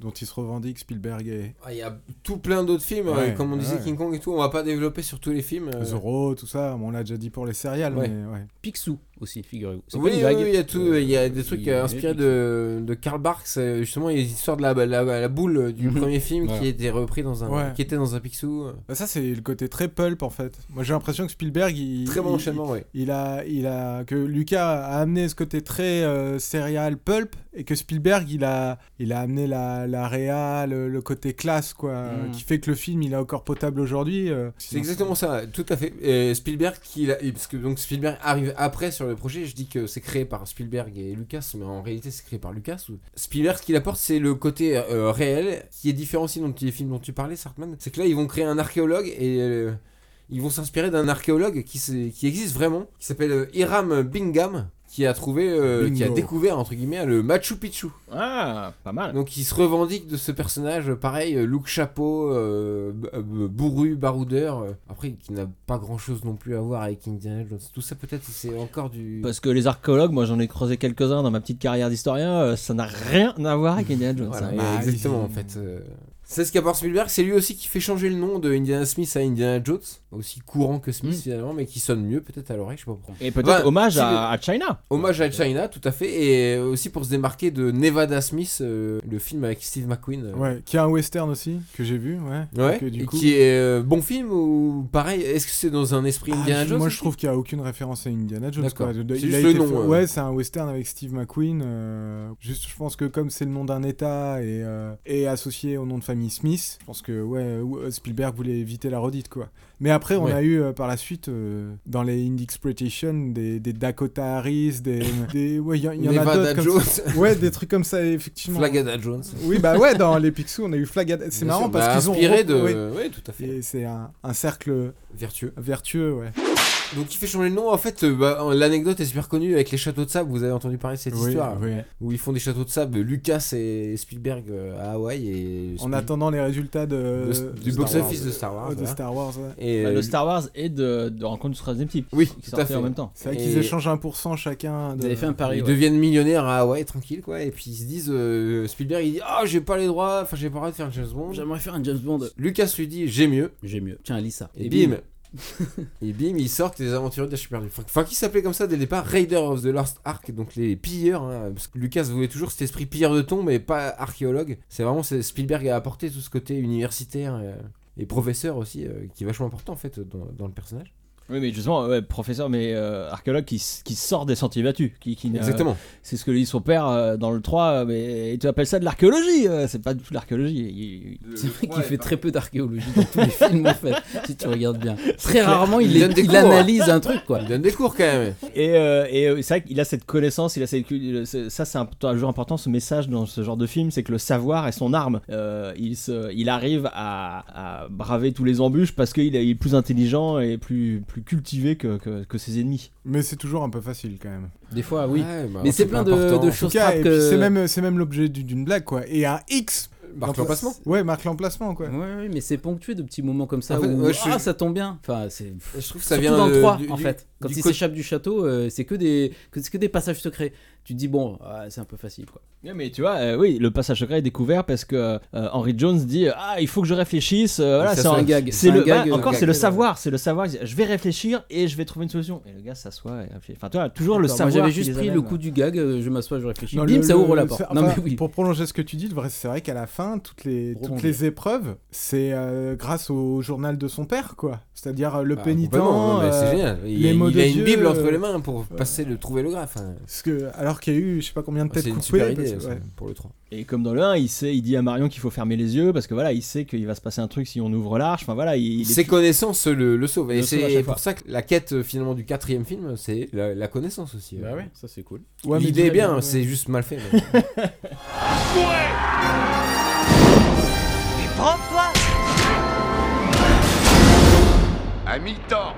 dont ils se revendiquent Spielberg et
Ah, Il y a tout plein d'autres films, euh,
Ouais,
comme on disait
ouais.
King Kong et tout. On va pas développer sur tous les films. euh.
Zorro, tout ça, bon, on l'a déjà dit pour les céréales,
Ouais.
mais ouais.
Picsou aussi, figurez-vous. C'est
Oui,
pas une
oui,
blague.
oui, il y a tout. euh, Il y a des trucs
il y a
euh, inspirés
Picsou.
de, de Karl Barks. euh, Justement, il y a l'histoire de la, la, la boule euh, du
Hmm.
Mhm.
premier film
Voilà.
qui était repris dans un,
Ouais.
qui était dans un Picsou. euh.
Bah, ça c'est le côté très pulp en fait. Moi j'ai l'impression que Spielberg il
Très bon
il-
enchaînement, ouais.
Il a, il a, que Lucas a amené ce côté très euh, céréal pulp et que Spielberg il a, il a amené la, la réa, le, le côté classe quoi,
Mm.
qui fait que le film il est encore potable aujourd'hui. euh.
Hmm. C'est exactement ça, tout à fait. Et Spielberg, qui l'a- et parce que donc Spielberg arrive après sur le projet, je dis que c'est créé par Spielberg et Lucas, mais en réalité c'est créé par Lucas. Ou- Spielberg, ce qu'il apporte, c'est le côté euh, réel qui est différent aussi dans les films dont tu parlais, Sartman. C'est que là, ils vont créer un archéologue et euh, ils vont s'inspirer d'un archéologue qui, s'est- qui existe vraiment, qui s'appelle euh, Hiram Bingham, qui a trouvé, euh, qui a
Bingo.
découvert entre guillemets le Machu Picchu.
Ah, pas mal.
<laughs> Donc il se revendique de ce personnage, euh, pareil, euh, look chapeau, euh, b- euh, bourru, baroudeur. euh. Après, qui n'a pas grand chose non plus à voir avec Indiana Jones. Tout ça peut-être, c'est encore du.
Parce que les archéologues, moi j'en ai creusé quelques-uns dans ma petite carrière d'historien, euh, ça n'a rien à voir avec Indiana Jones.
Voilà,
hein.
et
Ah,
exactement en fait. euh, C'est ce qu'apporte Spielberg, c'est lui aussi qui fait changer le nom de Indiana Smith à Indiana Jones, aussi courant que
Mm.
Smith finalement, mais qui sonne mieux peut-être à l'oreille, je sais pas pourquoi.
Et peut-être
Bah,
hommage
si
à,
le-
à China.
Hommage à China, tout à fait, et aussi pour se démarquer de Nevada Smith, euh, le film avec Steve McQueen. euh.
Ouais, qui a un western aussi, que j'ai vu, ouais.
Ouais,
Et que, du
et
coup-
qui est euh, bon film ou pareil Est-ce que c'est dans un esprit
Ah,
Indiana
je-
Jones
Moi, je trouve qu'il n'y a aucune référence à Indiana Jones.
D'accord.
quoi. Il
C'est
a
juste le
été
nom,
fait-
euh.
Ouais, c'est un western avec Steve McQueen. euh, Juste, je pense que comme c'est le nom d'un État et, euh, et associé au nom de famille Smith, je pense que ouais, euh, Spielberg voulait éviter la redite, quoi. Mais après, on
Ouais.
a eu euh, par la suite euh, dans les Indie Exploitation des, des Dakota Harris, des, <laughs> des ouais, il y, en- il y en a
Nevada
d'autres comme ça.
Jones.
Ouais, des trucs comme ça,
<laughs>
effectivement.
Flagada Jones.
Oui, bah ouais, dans les Picsou, on a eu Flagada. C'est
Bien
marrant
sûr,
parce
bah,
qu'ils ont
inspiré de-
oui.
ouais, tout à fait.
Et c'est un, un cercle
Vertueux.
vertueux, ouais.
Donc il fait changer le nom. En fait, euh, bah, l'anecdote est super connue avec les châteaux de sable. Vous avez entendu parler de cette
Oui,
histoire
oui.
où ils font des châteaux de sable. Lucas et Spielberg euh, à Hawaï et
En
Spiel-
attendant les résultats euh, de,
de- du
Star
box-office
Wars.
de Star Wars.
Ouais, de
voilà.
Star Wars, ouais.
Et
Bah,
euh,
le Star Wars et de, de Rencontre du Troisième Type.
Oui,
qui
tout à
sortaient
fait.
en même temps.
C'est vrai
Et-
qu'ils échangent 1% chacun. De...
Ils avaient fait un pari.
ils
ouais.
deviennent millionnaires à Hawaï, tranquille quoi. Et puis ils se disent, euh, Spielberg, il dit, ah j'ai pas les droits, enfin j'ai pas le droit de faire un James Bond.
J'aimerais faire un James Bond.
Lucas lui dit, j'ai mieux.
J'ai mieux. Tiens, lis ça.
Et, bim. Et bim, <laughs> ils sortent les aventuriers de la Super League. Enfin, qui s'appelait comme ça dès le départ Raider of the Lost Ark, donc les pilleurs. hein, parce que Lucas voulait toujours cet esprit pilleur de tombe mais pas archéologue. C'est vraiment c'est- Spielberg a apporté tout ce côté universitaire euh, et professeur aussi, euh, qui est vachement important en fait dans, dans le personnage.
Oui, mais justement, ouais, professeur, mais euh, archéologue qui, s- qui sort des sentiers battus. Qui, qui n'a-
Exactement.
C'est ce que lui dit son père euh, dans le 3, euh, mais et tu appelles ça de l'archéologie euh, C'est pas du tout de l'archéologie. il- il-
C'est vrai qu'il fait très peu d'archéologie dans tous les <laughs> films en fait, si tu regardes bien. Très
clair.
rarement il,
Il donne des
il
cours,
analyse un truc quoi.
Il donne des cours quand même.
Et, euh, et, euh, c'est vrai qu'il a cette connaissance, il a cette, cul- ce- ça c'est un, toujours important ce message dans ce genre de film, c'est que le savoir est son arme. Euh, il, se- il arrive à, à braver tous les embûches parce qu'il est il est plus intelligent et plus, plus cultivé que, que, que ses ennemis.
Mais c'est toujours un peu facile quand même.
Des fois, oui.
Ouais, bah,
Mais c'est plein de-
important.
de
En tout
choses
cas,
trappes
et puis
que.
c'est même, c'est même l'objet du- d'une blague quoi. Et un X
Marque
L'emplace-
l'emplacement. Mmh.
Ouais, marque l'emplacement quoi.
Ouais, ouais, mais c'est ponctué de petits moments comme ça
En fait,
où
ouais, je-
ah ça tombe bien. Enfin, c'est
Je trouve que ça
Surtout
vient
dans le
euh,
3
du-
en
du-
fait. Quand
du
il
côté-
s'échappe du château, euh, c'est que des que, c'est que des passages secrets. Tu te dis bon, ah, c'est un peu facile quoi.
Ouais, mais tu vois, euh, oui, le passage secret est découvert parce que euh, Henry Jones dit euh, Ah, il faut que je réfléchisse. euh, voilà,
Ça,
c'est
c'est
un-
un gag.
C'est
un
le,
gag,
bah,
euh,
encore,
gag.
c'est le savoir, c'est le savoir. il dit, Je vais réfléchir et je vais trouver une solution. Et le gars s'assoit. et réfléchit. Enfin, tu vois, toujours le
D'accord,
savoir.
moi, J'avais
qui
juste
les
pris
amène.
le coup du gag. euh, Je m'assois, je réfléchis.
Non,
Bim,
le-
ça
le-
ouvre la
le-
porte.
c'est-
Non
enfin,
mais oui.
Pour prolonger ce que tu dis, le vrai- c'est vrai qu'à la fin, toutes les, toutes
Prolonger.
les épreuves, c'est euh, grâce au journal de son père, quoi. C'est-à-dire euh, le
Ah,
pénitent.
complètement, non, mais
euh,
c'est génial. Il,
les mots
il
de
a une
Dieu,
Bible entre
euh,
les mains pour passer le trouver le graphe. hein.
parce que, alors qu'il y a eu, je sais pas combien de têtes
Ah, C'est une
coupées.
super
parce
idée
que-
ça,
ouais.
pour le 3.
Et comme dans le 1, il, sait, il dit à Marion qu'il faut fermer les yeux parce que voilà, il sait qu'il va se passer un truc si on ouvre l'arche. Enfin voilà, il, il est-
ses connaissances le, le sauvent. Et
Le sauvent à chaque
c'est
fois.
pour ça que la quête euh, finalement du quatrième film, c'est la, la connaissance aussi. hein.
Bah ouais, ça c'est cool.
Ouais, mais
L'idée est
très
bien,
ouais.
c'est juste mal fait.
<laughs>
mais-
À mi-temps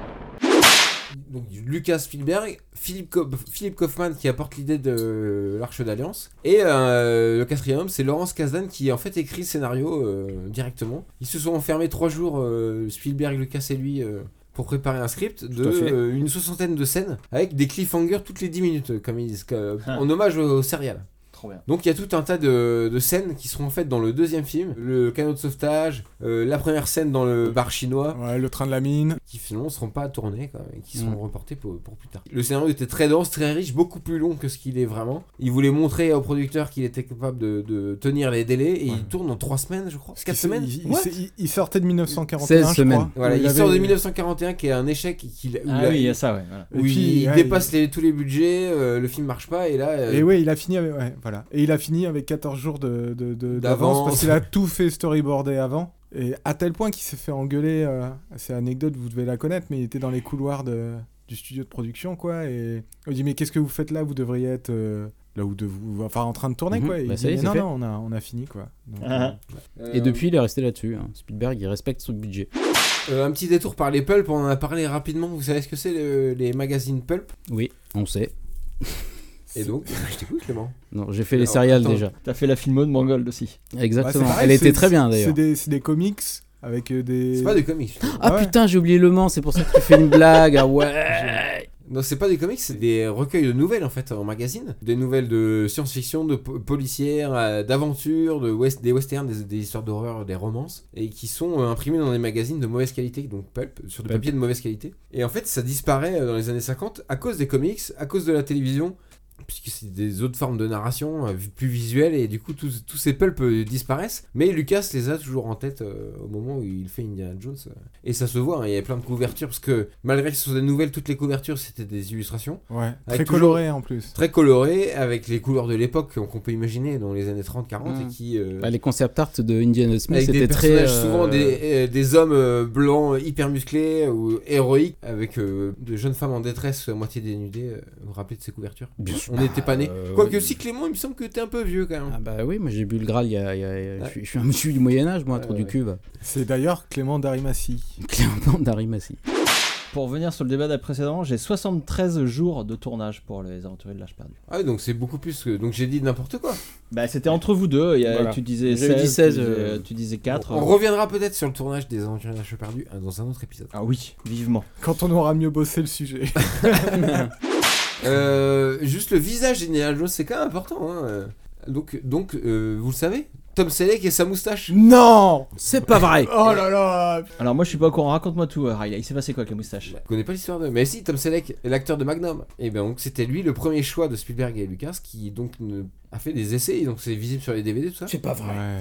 Donc Lucas Spielberg, Philippe, Ko- Philippe Kaufman qui apporte l'idée de euh, l'Arche d'Alliance. Et euh, le quatrième homme, c'est Laurence Kasdan qui en fait écrit le scénario euh, directement. Ils se sont enfermés trois jours, euh, Spielberg, Lucas et lui. euh, pour préparer un script de
à fait.
euh, une soixantaine de scènes avec des cliffhangers toutes les 10 minutes, comme ils disent, que- en hommage au, au serial.
Trop bien.
Donc il y a tout un tas de, de scènes qui seront faites dans le deuxième film. Le canot de sauvetage, euh, la première scène dans le bar chinois,
Ouais, le train de la mine.
qui finalement ne seront pas tournées quoi, et qui seront
Mm.
reportées pour, pour plus tard. Le scénario était très dense, très riche, beaucoup plus long que ce qu'il est vraiment. Il voulait montrer au producteur qu'il était capable de, de tenir les délais et il tourne en 3 semaines, je crois. 4
Il-
semaines
il, il-
What
il- il sortait de 1941.
16
je
semaines.
crois.
Voilà, il,
avait-
sort de 1941 qui est un échec. et qu'il- où
Ah
là,
oui, il y
il-
a ça, ouais. voilà.
Et
où
puis,
il
ouais,
dépasse les- tous les budgets, euh, le film marche pas et là. euh,
Et ouais, il a fini avec, ouais, voilà. Et il a fini avec 14 jours de, de- de- d'avance
D'avance.
parce qu'il a tout fait storyboarder avant. Et à tel point qu'il s'est fait engueuler. euh, c'est anecdote, vous devez la connaître, mais il était dans les couloirs de, du studio de production, quoi. Et on lui dit, mais qu'est-ce que vous faites là Vous devriez être euh, là où de vous, enfin en train de tourner,
Mm-hmm.
Mhm.
quoi. Et
Bah,
il
ça
dit,
y est,
mais
c'est
non,
fait.
non, on a, on a fini, quoi. Donc,
Ah.
euh,
Et depuis, il est resté là-dessus. hein. Spielberg, il respecte son budget.
Euh, un petit détour par les pulps, on en a parlé rapidement. Vous savez ce que c'est le- les magazines pulp
Oui, on sait.
Et donc, <laughs> je t'écoute Clément.
Non, j'ai fait les
Alors,
céréales
attends.
déjà.
T'as fait la filmo de Mangold aussi.
Exactement.
Bah, c'est pareil,
Elle était
c'est-
très bien
c'est-
d'ailleurs.
C'est des, c'est des comics avec euh, des.
C'est pas des comics. je te dis.
Ah
Ah ouais.
putain, j'ai oublié le Mans, c'est pour ça que tu fais une blague. Ah ouais.
Non, c'est pas des comics, c'est des recueils de nouvelles en fait en magazine. Des nouvelles de science-fiction, de po- policières, euh, d'aventures, de west des westerns, des, des histoires d'horreur, des romances, et qui sont euh, imprimées dans des magazines de mauvaise qualité, donc pulp, sur du
Pulp.
papier de mauvaise qualité. Et en fait, ça disparaît euh, dans les années 50 à cause des comics, à cause de la télévision, puisque c'est des autres formes de narration euh, plus visuelles, et du coup, tous, tous ces pulps euh, disparaissent. Mais Lucas les a toujours en tête euh, au moment où il fait Indiana Jones. euh. Et ça se voit, hein, il y avait plein de couvertures, parce que malgré que ce soit des nouvelles, toutes les couvertures, c'était des illustrations
Ouais,
Avec
très
toujours-
coloré en plus.
très coloré avec les couleurs de l'époque qu'on qu'on peut imaginer dans les années 30-40
Mm.
et qui euh,
Bah, les concept art de Indiana Smith,
avec des
c'était très.
personnages
euh,
souvent des, euh, des hommes euh, blancs hyper musclés euh, ou héroïques avec euh, de jeunes femmes en détresse à moitié dénudées euh, vous vous rappelez de ces couvertures
Bien
on n'était pas nés
euh,
quoique
oui.
si Clément il me semble que t'es un peu vieux quand même
Ah bah oui, moi j'ai bu le Graal il y a. il y a- il y a-
Ouais.
je, suis, je suis un monsieur du Moyen-Âge, moi, un trou
Ouais,
du
ouais.
cul.
C'est d'ailleurs Clément Darimassi.
<laughs> Clément d'Arimassi.
Pour revenir sur le débat d'un précédent, j'ai 73 jours de tournage pour les aventuriers de l'âge perdu.
ah ouais, donc c'est beaucoup plus que... donc j'ai dit n'importe quoi
Bah, c'était entre vous deux. il y a-
Voilà.
Tu disais
J'ai eu
16,
dit 16,
tu, disais,
euh,
tu disais 4.
on reviendra peut-être sur le tournage des aventuriers d'un perdu euh, dans un autre épisode
Ah oui, vivement.
Quand on aura mieux bossé le sujet.
Euh, juste le visage d'Indiana Jones, c'est quand même important. hein. Euh, Donc, donc euh, vous le savez, Tom Selleck et sa moustache.
<laughs> non
C'est pas vrai
Oh là là
Alors moi je suis pas au courant, raconte-moi tout euh, Riley, il s'est passé quoi avec la moustache
Je connais pas l'histoire de. Mais si, Tom Selleck, l'acteur de Magnum. Et bien donc c'était lui le premier choix de Spielberg et Lucas qui donc ne- a fait des essais. Et donc c'est visible sur les DVD tout ça.
C'est pas
Ouais.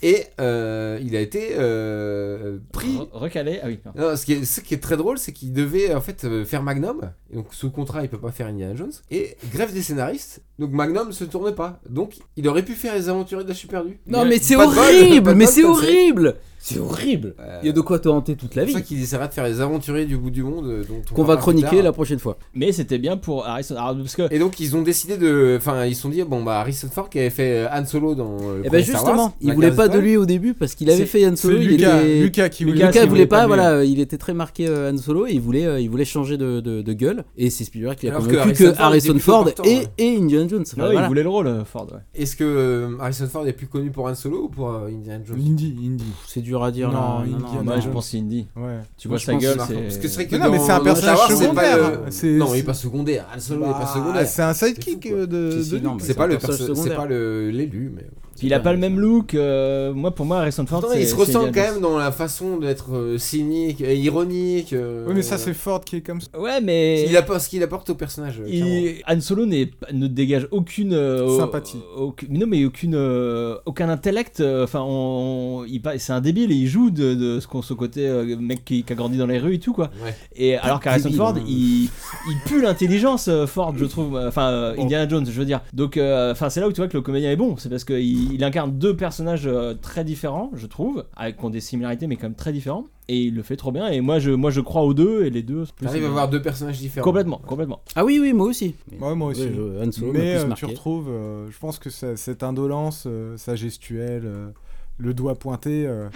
Et euh, il a été euh, pris.
Re- Recalé Ah oui. non.
Non, ce, qui est, ce qui est très drôle, c'est qu'il devait en fait euh, faire Magnum. Et donc sous contrat, il peut pas faire Indiana Jones. Et grève des scénaristes. Donc Magnum se tourne pas. Donc il aurait pu faire les aventuriers de la super du.
Non, mais c'est
Pas de bol, pas
horrible
de
Mais
bol,
c'est
Tom Selleck.
horrible C'est horrible
Euh,
Il y a de quoi te hanter toute la
C'est pour ça
vie
qu'il essaiera de faire les aventuriers du bout du monde euh, dont on
Qu'on
parlera
va
plus
chroniquer
tard.
la prochaine fois.
Mais c'était bien pour Harrison. alors, parce que
Et donc ils ont décidé de, enfin ils se sont dit bon bah Harrison Ford qui avait fait euh, Han Solo dans. euh, le
Et ben
premier Star
justement,
Wars,
il
La
voulait
Guerre
pas
des
de
Étoiles.
lui au début parce qu'il avait
C'est-
fait Han
C'est
Solo. il
Lucas,
était-
Lucas qui voulait.
Lucas,
Lucas
il
il voulait pas,
de lui.
voilà, il était très marqué euh, Han Solo et il voulait, euh, il voulait changer de, de- de gueule. Et c'est Spielberg qui a
Alors que
convaincu
Harrison
que
Ford était plutôt
Harrison Ford,
partant,
et,
ouais. Ah
et Indiana Jones. Enfin,
non,
voilà.
il voulait le rôle euh, Ford. Ouais.
Est-ce que euh, Harrison Ford est plus connu pour Han Solo ou pour euh, Indiana Jones
Indy, Indy.
C'est dur à dire.
Non,
là.
il dit-
Ouais,
non.
je pense Indy.
Ouais.
Tu vois
je
sa
pense
gueule,
que c'est marquant,
c'est.
Parce que c'est vrai que
Non, non, mais
dans-
c'est un
dans
personnage
Star Wars, c'est pas,
secondaire.
euh,
C'est-
Non, il
c'est-
est pas secondaire. Han Solo n'est
Bah,
pas secondaire.
C'est un sidekick
C'est fou, quoi.
euh, de.
Si, si,
de
non,
Luke.
mais
C'est pas, le
personnage
perso- c'est
secondaire.
pas le l'élu, mais.
Puis il a pas le même look. euh, moi pour moi Harrison Ford.
Pourtant,
c'est-
il se
c'est
ressent
Indiana
quand même dans la façon d'être euh, cynique, euh, ironique. euh,
Oui, mais ça, c'est Ford qui est comme ça.
Jones. Ouais mais.
Il apporte ce qu'il apporte au personnage. euh,
il-
clairement.
Han Solo n'est- ne dégage aucune euh,
Sympathie.
aucune- mais non, mais aucune, euh, aucun intellect. euh, Enfin, on- il pa- c'est un débile et il joue de, de ce qu'on ce côté euh, mec qui, qui a grandi dans les rues et tout quoi.
Ouais.
Et alors qu'Harrison
débile,
Ford,
hein.
il, il pue l'intelligence euh, Ford, je trouve. Enfin, euh,
Oh.
Indiana Jones, je veux dire. Donc, euh, enfin, c'est là où tu vois que le comédien est bon, c'est parce qu'il il incarne deux personnages euh, très différents, je trouve, avec qui ont des similarités mais quand même très différents. Et il le fait trop bien. Et moi, je, moi, je crois aux deux et les deux. c'est plus-
T'arrives à avoir deux personnages différents.
Complètement, complètement.
Ah oui, oui, moi aussi.
Ouais, moi aussi.
Ouais, je- Han Solo m'a
Mais
plus
euh, tu
marqué.
retrouves, euh, je pense que ça- cette indolence, euh, sa gestuelle, euh, le doigt pointé. euh.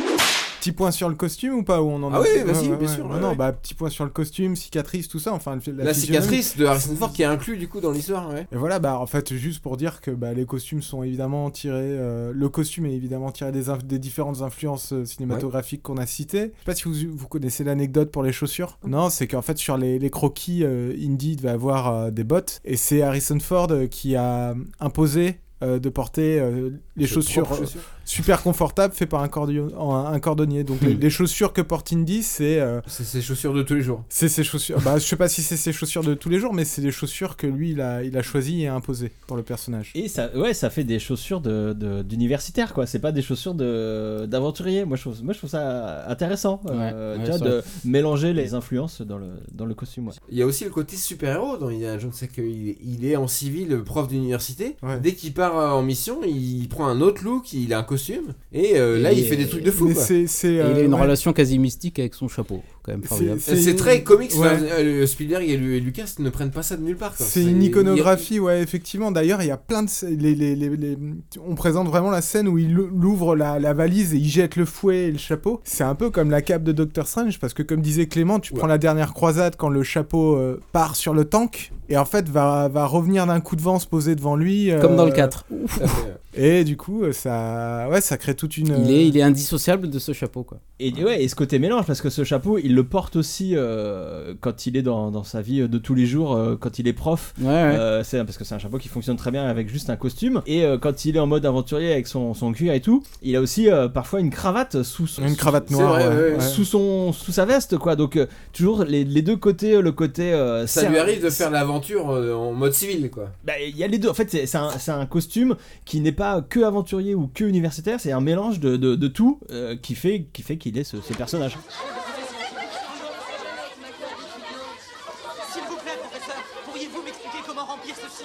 Petit point sur le costume ou pas où on en
Ah
a-
oui,
Ouais,
vas-y,
ouais,
bien
ouais.
sûr,
Non,
ouais,
non,
ouais.
bah petit point sur le costume, cicatrice, tout ça. Enfin, le- la,
La,
physionomie.
cicatrice de Harrison Ford qui est inclus du coup dans l'histoire, ouais.
Et voilà, bah en fait, juste pour dire que bah, les costumes sont évidemment tirés. euh, le costume est évidemment tiré des, inf- des différentes influences euh, cinématographiques qu'on a citées. Je sais pas si vous, vous connaissez l'anecdote pour les chaussures. Non, c'est qu'en fait, sur les, les croquis, euh, Indy devait avoir euh, des bottes. Et c'est Harrison Ford euh, qui a imposé. euh, de porter euh, les
Ses
chaussures
propres
euh, super confortables faites par un, cordio- un- un cordonnier.
Hmm.
Donc les, les chaussures que porte Indy, c'est euh,
C'est ses chaussures de tous les jours.
c'est ses chaussures. Bah, je sais pas si c'est ses chaussures de tous les jours, mais c'est des chaussures que lui, il a, il a choisi et imposées pour le personnage.
Et ça, ouais, ça fait des chaussures de, de- d'universitaire, quoi. C'est pas des chaussures de, d'aventurier. Moi je, trouve, moi, je trouve ça intéressant euh,
Ouais, ouais,
tu vois,
c'est
de mélanger les influences dans le, dans le costume. ouais.
Il y a aussi le côté super-héros dans Indiana Jones, c'est qu'il il est en civil, prof d'université.
Ouais.
Dès qu'il part part euh, en mission, il prend un autre look, il a un costume, et euh, là, il
Et-
fait des trucs de fou.
mais
quoi. Euh,
c'est- Et il
euh,
a une
ouais.
relation quasi mystique avec son chapeau, quand même formidable.
C'est c'est très comics. enfin, euh, Spielberg et Lu- Lucas ne prennent pas ça de nulle part. quoi.
C'est une iconographie, ouais, effectivement. D'ailleurs, il y a plein de. sc- Les, les- les- les- On présente vraiment la scène où il ou- ouvre la, la valise et il jette le fouet et le chapeau. C'est un peu comme la cape de Doctor Strange, parce que, comme disait Clément, tu prends la dernière croisade quand le chapeau euh, part sur le tank et en fait va, va revenir d'un coup de vent se poser devant lui. euh,
Comme dans le 4.
Tout à fait, ouais.
Et du coup, euh, ça, ouais, ça crée toute une.
Il est, il est indissociable de ce chapeau, quoi.
Et, ouais, et ce côté mélange, parce que ce chapeau, il le porte aussi euh, quand il est dans, dans sa vie de tous les jours, euh, quand il est prof.
Ouais, ouais.
Euh, c'est- parce que c'est un chapeau qui fonctionne très bien avec juste un costume. Et euh, quand il est en mode aventurier avec son, son cuir et tout, il a aussi euh, parfois une cravate sous son-
Une
sous-
cravate
c'est
noire,
vrai,
ouais,
euh,
ouais.
Sous, son, sous sa veste, quoi. Donc, euh, toujours les, les deux côtés, euh, le côté.
<laughs>
euh,
Ça
ser-
lui arrive de faire l'aventure euh, en mode civil, quoi.
bah, il y a les deux. En fait, c'est c'est un, c'est un costume qui n'est pas que aventurier ou que universitaire. C'est un mélange de, de- de tout euh, qui fait qui fait qu'il est ce, ce personnage.
S'il vous plaît, professeur, pourriez-vous m'expliquer comment remplir ceci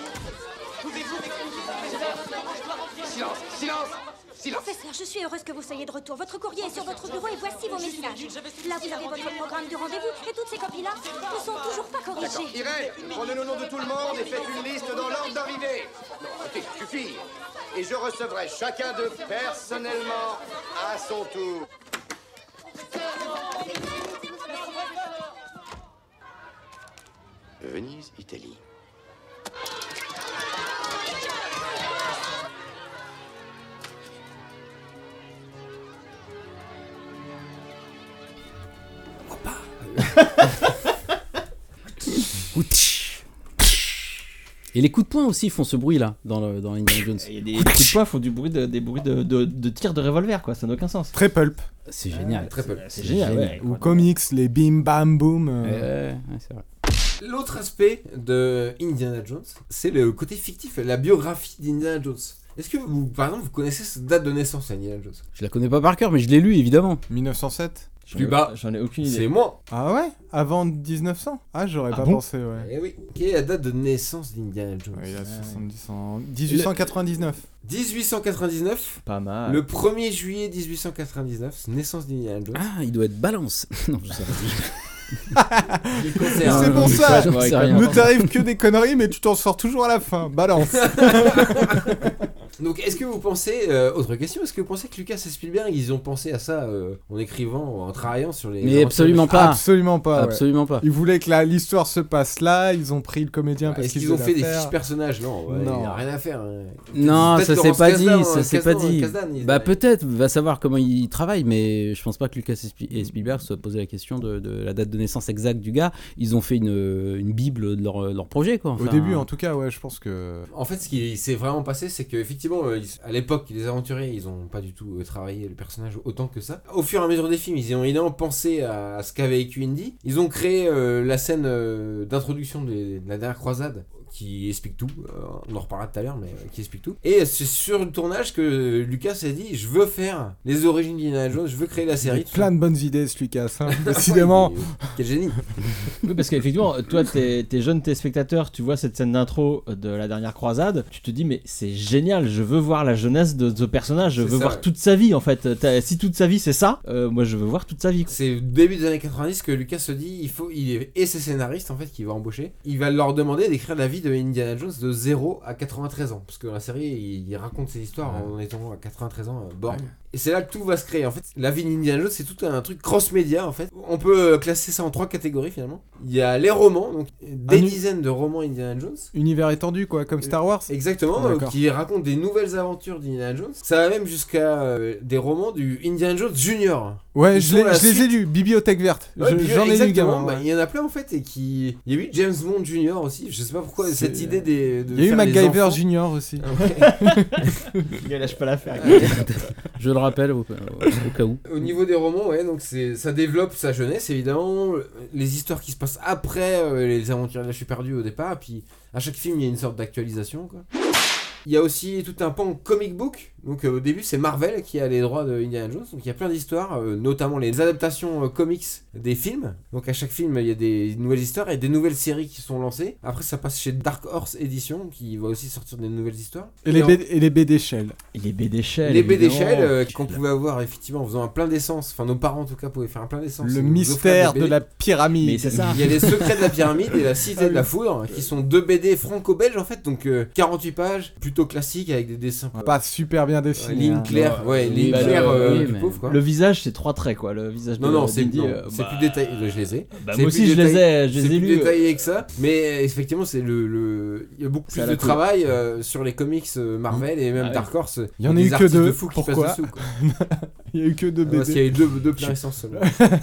Pouvez-vous m'expliquer, professeur, comment je dois remplir ceci
Silence, silence, silence.
Professeur, je suis heureuse que vous soyez de retour. Votre courrier est sur votre bureau et voici vos messages. Là, vous avez votre programme de rendez-vous et toutes ces copies-là ne sont toujours pas
D'accord.
corrigées.
Irène, prenez le nom de tout le monde et faites une liste dans l'ordre d'arrivée. Non, arrêtez, ça suffit. Et je recevrai chacun d'eux personnellement à son tour.
Venise, Italie.
Et les coups de poing aussi font ce bruit-là dans, le, dans Indiana Jones.
Et les coups de poing font du bruit de- des bruits de, de, de tir de revolver, quoi. Ça n'a aucun sens.
Très pulp.
C'est génial.
Très peu.
C'est génial, ouais.
Ou comics, les bim bam boom. euh,
c'est vrai.
L'autre aspect de Indiana Jones, c'est le côté fictif, la biographie d'Indiana Jones. Est-ce que vous, par exemple, vous connaissez cette date de naissance, Indiana Jones
Je la connais pas par cœur, mais je l'ai lu évidemment.
1907
Plus bas,
J'en ai aucune idée.
c'est moi.
Ah ouais Avant 1900 Ah, j'aurais pas pensé, ouais.
Eh oui. Quelle est la date de naissance d'Indiana Jones
Ouais, il a 70 ans. 1899.
1899,
Pas mal.
le 1er juillet 1899, c'est naissance d'Indiana Jones.
Ah, il doit être balance. <laughs> non, je sais
Il
Mais
concerne-
Ah. c'est pour
mais
ça
ça, je m'en sais rien.
Ne t'arrive que des conneries, mais tu t'en sors toujours à la fin. Balance
Donc, est-ce que vous pensez, euh, autre question, est-ce que vous pensez que Lucas et Spielberg, ils ont pensé à ça euh, en écrivant, en travaillant sur les.
Mais absolument pas.
Absolument pas. ouais.
Absolument pas.
Ils voulaient que la- l'histoire se passe là, ils ont pris le comédien parce
Est-ce
qu'ils
qu'ils ont
devaient
fait des
la faire.
fiches personnages Non, ouais,
Non.
il a rien à faire. hein.
Non,
Peut-être
ça s'est
Laurence
pas
Kasdan,
dit, ça
euh,
s'est pas
Kasdan,
dit.
Kasdan, il-
Bah peut-être, va savoir comment il travaille, mais je pense pas que Lucas et Spi- et Spielberg se soient posé la question de, de la date de naissance exacte du gars. Ils ont fait une, une bible de leur, leur projet, quoi.
Au
Enfin,
début, en tout cas, ouais, je pense que.
En fait, ce qui s'est vraiment passé, c'est qu'effectivement, à l'époque, les aventuriers, ils ont pas du tout euh, travaillé le personnage autant que ça. Au fur et à mesure des films, ils ont énormément pensé à ce qu'a vécu Indy. Ils ont créé euh, la scène euh, d'introduction des- de la dernière croisade qui explique tout. Euh, on en reparlera tout à l'heure, mais euh, qui explique tout. Et c'est sur le tournage que euh, Lucas s'est dit je veux faire les origines d'Indiana Jones, je veux créer la série. tout
Plein de bonnes idées, ce Lucas, hein,
<laughs>
décidément.
ça. Quel génie
Oui, parce qu'effectivement, toi, t'es t'es jeune, t'es spectateur, tu vois cette scène d'intro de la dernière croisade, tu te dis, mais c'est génial, je veux voir la jeunesse de ce personnage, je
C'est
veux
ça,
voir
ouais.
toute sa vie en fait. T'as- Si toute sa vie c'est ça, euh, moi je veux voir toute sa vie. quoi.
C'est au début des années 90 que Lucas se dit il faut il est- et ses scénaristes en fait qu'il va embaucher, il va leur demander d'écrire la vie de Indiana Jones de 0 à 93 ans parce que la série il, il raconte ses histoires en étant à 93 ans euh, borgne. Et c'est là que tout va se créer en fait. La vie d'Indiana Jones c'est tout un truc cross média en fait. On peut euh, classer ça en trois catégories finalement. Il y a les romans donc des
Un nu-
dizaines de romans Indiana Jones
Univers étendu, quoi, comme Star Wars.
Exactement,
Ah,
euh,
d'accord.
qui raconte des nouvelles aventures d'Indiana Jones. Ça va même jusqu'à euh, des romans du Indiana Jones Junior.
Ouais,
Ils
je
sont la
l'ai- je les ai
suite.
lus. Bibliothèque verte.
Ouais,
Je-
puis,
J'en ai lu,
exactement,
gamin.
bah,
ouais.
Il y en a plein en fait et qui. Il y a eu James Bond Junior aussi. Je sais pas pourquoi cette idée des. de
Il y a eu
faire les
MacGyver
enfants.
Junior aussi.
<laughs>
Gars, lâche pas l'affaire.
Je le rappelle au, au cas où.
Au niveau des romans, ouais, donc c'est ça développe sa jeunesse évidemment, les histoires qui se passent après euh, les aventures de la Chute perdue au départ, puis à chaque film il y a une sorte d'actualisation quoi. Il y a aussi tout un pan comic book. Donc euh, au début, c'est Marvel qui a les droits de Indiana Jones. Donc il y a plein d'histoires, euh, notamment les adaptations euh, comics des films. Donc à chaque film, il y a des nouvelles histoires et des nouvelles séries qui sont lancées. Après, ça passe chez Dark Horse Edition qui va aussi sortir des nouvelles histoires.
Et les,
en-
B- et les BD Shell.
Et les BD Shell.
les BD Shell euh, qu'on pouvait avoir effectivement en faisant un plein d'essence. Enfin, nos parents en tout cas pouvaient faire un plein d'essence.
Le
Ils nous
mystère
offraient des
de
BD.
la pyramide.
Mais c'est ça.
Il y a les secrets de la pyramide et la cité
Ah oui.
de la foudre hein, qui sont deux BD franco-belges en fait. Donc euh, 48 pages, plutôt classique avec des dessins.
Pas super bien dessiné.
Ligne
hein.
claire, ouais, ligne
bah,
claire
le-
euh,
oui,
du
mais-
pauvre, quoi.
Le visage, c'est trois traits, quoi. Le visage
Non,
de
non, c'est
d'Indy,
non,
euh,
c'est
bah,
plus détaillé. Je les ai.
bah,
C'est
moi
plus
aussi, je les
détaillé-
ai- je les
c'est
ai
plus
lus, euh.
détaillé que ça. Mais effectivement, c'est le, le- il y a beaucoup
C'est
plus
à
de
la cool.
travail euh, sur les comics euh, Marvel et même
Ah oui.
Dark Horse.
Il y en a
des
eu que
artistes
deux.
de fous qui passent
Pourquoi
<laughs>
dessous, quoi.
Il y a eu que deux
Ah,
BD.
Parce qu'il y a eu deux, deux plein essence seulement.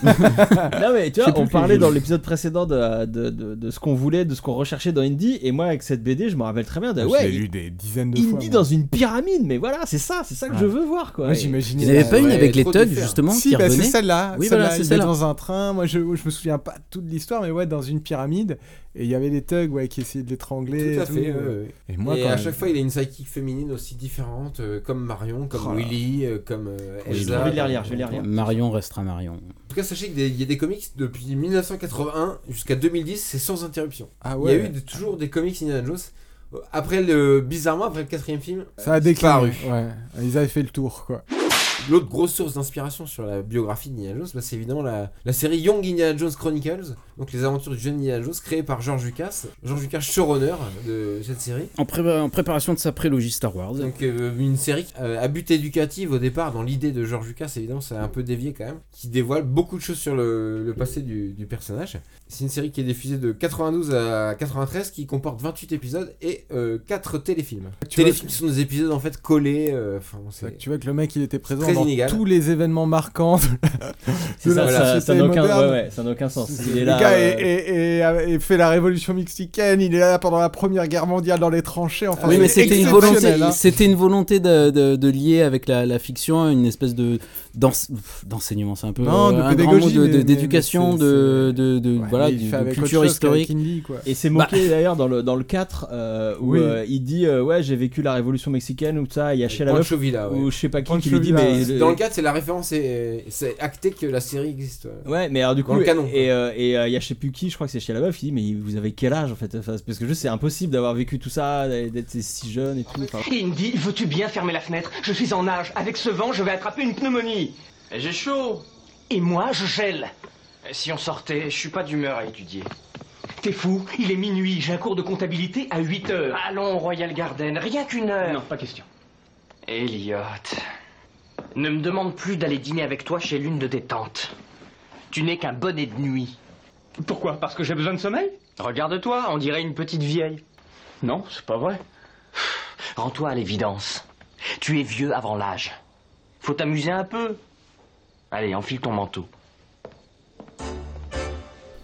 non mais tu
Je sais
vois,
plus
on
qui
parlait
joue.
dans l'épisode précédent de, de, de- de ce qu'on voulait, de ce qu'on recherchait dans Indie, et moi avec cette BD, je me rappelle très bien de
Ah, Je
ouais,
l'ai lu des dizaines de
Indie
fois. moi. Ah.
dans une pyramide, mais voilà, c'est ça, c'est ça que je veux voir quoi.
Moi,
Et-
j'imaginais
Il n'y en avait
la-
pas une
ouais,
avec les
trop
thugs,
différent.
justement,
Si,
qui
bah,
revenaient
c'est celle-là.
Oui,
Celle-là,
voilà,
il
c'est
est
celle-là.
Dans un train, moi je, je me souviens pas toute l'histoire, mais ouais, dans une pyramide, et il y avait les thugs ouais, qui essayaient de l'étrangler.
Tout à
et tout.
fait. ouais, ouais.
Et moi,
et
quand
à
même-
chaque fois, il a une psychique féminine aussi différente, euh, comme Marion, comme
Oh là.
Willy, euh, comme euh,
Oui,
Elsa.
j'ai envie de les relire, je vais les relire.
Marion restera Marion.
En tout cas, sachez qu'il y a des- il y a des comics depuis 1981 jusqu'à 2010, c'est sans interruption.
Ah
Il y a
ouais.
eu de- toujours des comics Indiana Jones. Euh, Après le, bizarrement, après le quatrième film,
Ça a
disparu.
déclaré. Ouais. Ils avaient fait le tour, quoi.
L'autre grosse source d'inspiration sur la biographie d'Indiana Jones, bah, c'est évidemment la, la série Young Indiana Jones Chronicles, donc les aventures du jeune Indiana Jones, créée par George Lucas, George Lucas showrunner de cette série.
En, pré- en préparation de sa prélogie Star Wars.
Donc euh, une série euh, à but éducatif au départ, dans l'idée de George Lucas, évidemment, c'est un peu dévié quand même, qui dévoile beaucoup de choses sur le, le passé du, du personnage. C'est une série qui est diffusée de 92 à 93, qui comporte 28 épisodes et 4 téléfilms.
Ah, Tu vois- Ah,
téléfilms sont des épisodes en fait collés, euh, enfin on sait-
Tu vois que le mec, il était présent
Très
dans
inégal.
tous les événements marquants. de la-
C'est
de
ça,
la
ça-
société
ça n'a aucun-
moderne.
ouais, ouais, ça n'a aucun sens.
C'est-
Il est
le
là,
gars
euh,
est- est- est- est- fait la révolution mexicaine, il est là pendant la première guerre mondiale dans les tranchées. Enfin,
oui, mais
Ah, c'est
c'était une volonté,
exceptionnel, hein.
c'était une volonté de, de- de lier avec la, la fiction une espèce de d'ense- pff, d'enseignement, c'est un peu euh,
Non, de
un grand
pédagogie,
mot
mais-
de- de-
mais-
d'éducation,
mais c'est-
de, de, de-
Ouais,
voilà,
mais il
du-
fait
de
avec autre
culture
chose qu'avec
historique.
Indy, quoi.
Et c'est
Bah.
moqué d'ailleurs dans le, dans le 4 euh, où
Oui.
euh, il dit euh, ouais j'ai vécu la révolution mexicaine ou ça, il y a Shia LaBeouf
Pancho Villa, ouais.
ou je sais pas qui qui
Pancho
lui dit
Villa,
mais
Dans le cadre, c'est la référence, c'est c'est acté que la série existe. ouais.
Ouais, mais alors du
Dans
coup,
le canon.
et euh, et, euh, il y a je sais plus qui, je crois que c'est chez la meuf, il dit mais vous avez quel âge en fait Enfin, Parce que je c'est impossible d'avoir vécu tout ça, d'être si jeune et tout. enfin.
Indy, veux-tu bien fermer la fenêtre Je suis en nage. Avec ce vent, je vais attraper une pneumonie. J'ai chaud. Et moi, je gèle. Si on sortait, je suis pas d'humeur à étudier. T'es fou Il est minuit. J'ai un cours de comptabilité à 8 heures. Allons au Royal Garden. Rien qu'une heure. Non, pas question. Elliot. Ne me demande plus d'aller dîner avec toi chez l'une de tes tantes. Tu n'es qu'un bonnet de nuit. Pourquoi Parce que j'ai besoin de sommeil Regarde-toi, on dirait une petite vieille. Non, c'est pas vrai. Rends-toi à l'évidence. Tu es vieux avant l'âge. Faut t'amuser un peu. Allez, enfile ton manteau.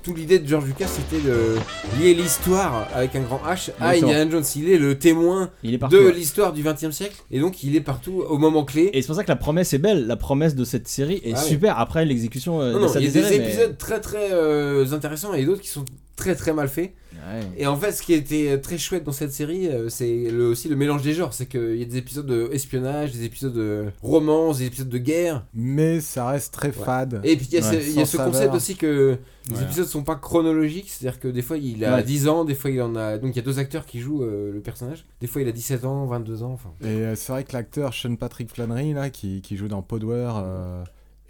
Tout l'idée de George Lucas, c'était de lier l'histoire avec un grand H à
D'accord.
Indiana Jones. Il est le témoin
Il est partout.
de
ouais.
l'histoire du 20 siècle et donc il est partout au moment clé.
Et c'est pour ça que la promesse est belle, la promesse de cette série est
Ah oui.
super. Après l'exécution, euh,
Non, non,
ça
il y a
désolé,
des
mais-
épisodes très très euh, intéressants et d'autres qui sont très très mal faits.
Ouais.
Et en fait, ce qui était euh, très chouette dans cette série, euh, c'est le- aussi le mélange des genres. C'est qu'il y a des épisodes d'espionnage, des épisodes de romance, des épisodes de guerre.
Mais ça reste très
Ouais.
fade.
Et puis il y a
Ouais.
ce, il y a
Sans
ce
saveur.
concept aussi que les
Ouais.
épisodes sont pas chronologiques, c'est-à-dire que des fois il a
Ouais.
10 ans, des fois il en a. Donc il y a deux acteurs qui jouent euh, le personnage, des fois il a 17 ans, 22 ans, enfin.
Et euh, c'est vrai que l'acteur Sean Patrick Flannery, là, qui, qui joue dans Podware, euh,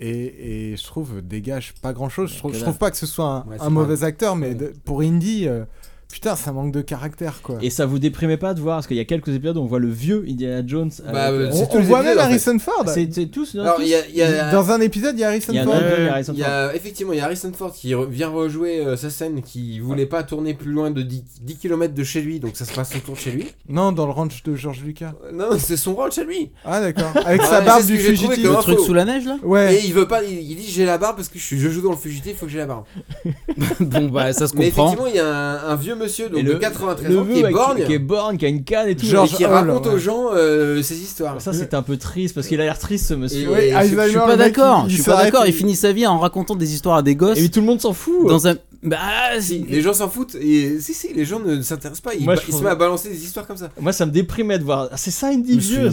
et, et je trouve, dégage pas grand chose. Je trouve,
que
je
là.
trouve pas que ce soit un,
Ouais,
un
c'est
mauvais acteur, mais de- pour Indy, euh, putain, ça manque de caractère, quoi.
Et ça vous déprimait pas de voir parce qu'il y a quelques épisodes où on voit le vieux Indiana Jones.
Bah,
avec,
euh,
euh,
c'est
on
tous
on
les
voit
épisodes,
même
en fait.
Harrison Ford.
c'est c'est tous. non,
Alors,
tous.
il y a- il y a-
Dans un épisode, il y a Harrison
Il y en a
Ford.
un, deux, il y a Harrison
Il y
Ford.
a, effectivement, il y a Harrison Ford qui re- vient rejouer euh, sa scène qui voulait pas tourner plus loin de 10, km de chez lui, donc ça se passe autour de chez lui.
Non, dans le ranch de George Lucas.
Euh, Non, c'est son rôle chez lui.
Ah, d'accord. Avec
Ouais,
sa
c'est
barbe
ce
du
que j'ai trouvé
fugitif.
comme
Le truc
info.
sous la neige
<laughs>
là
Ouais.
Et il veut pas, il, il dit j'ai la barbe parce que je, suis, je joue dans le fugitif, il faut que j'ai la barbe.
Bon bah ça se
Mais
comprend.
effectivement, il y a un, un vieux monsieur donc,
Et
de
le-
93
le
ans
vieux
qui est
avec-
borgne
qui est borgne, qui a une canne et tout.
et
George
qui
Hall,
raconte aux
ouais.
gens euh, ses histoires.
Ça c'est un peu triste parce qu'il a l'air triste ce monsieur.
Et-
Ouais,
et-
Alzheimer,
Je suis
le
pas
mec,
d'accord,
il-
je
il
suis pas
s'arrête,
d'accord, il finit sa vie en racontant des histoires à des gosses
Et tout le monde s'en fout.
dans un Bah,
si. Les gens s'en foutent. Et si, si, les gens ne s'intéressent pas. Ils,
Moi,
ba-
je
ils se
trouve-
mettent à balancer des histoires comme ça.
Moi, ça me déprimait de voir. Ah, c'est ça, Andy Vieux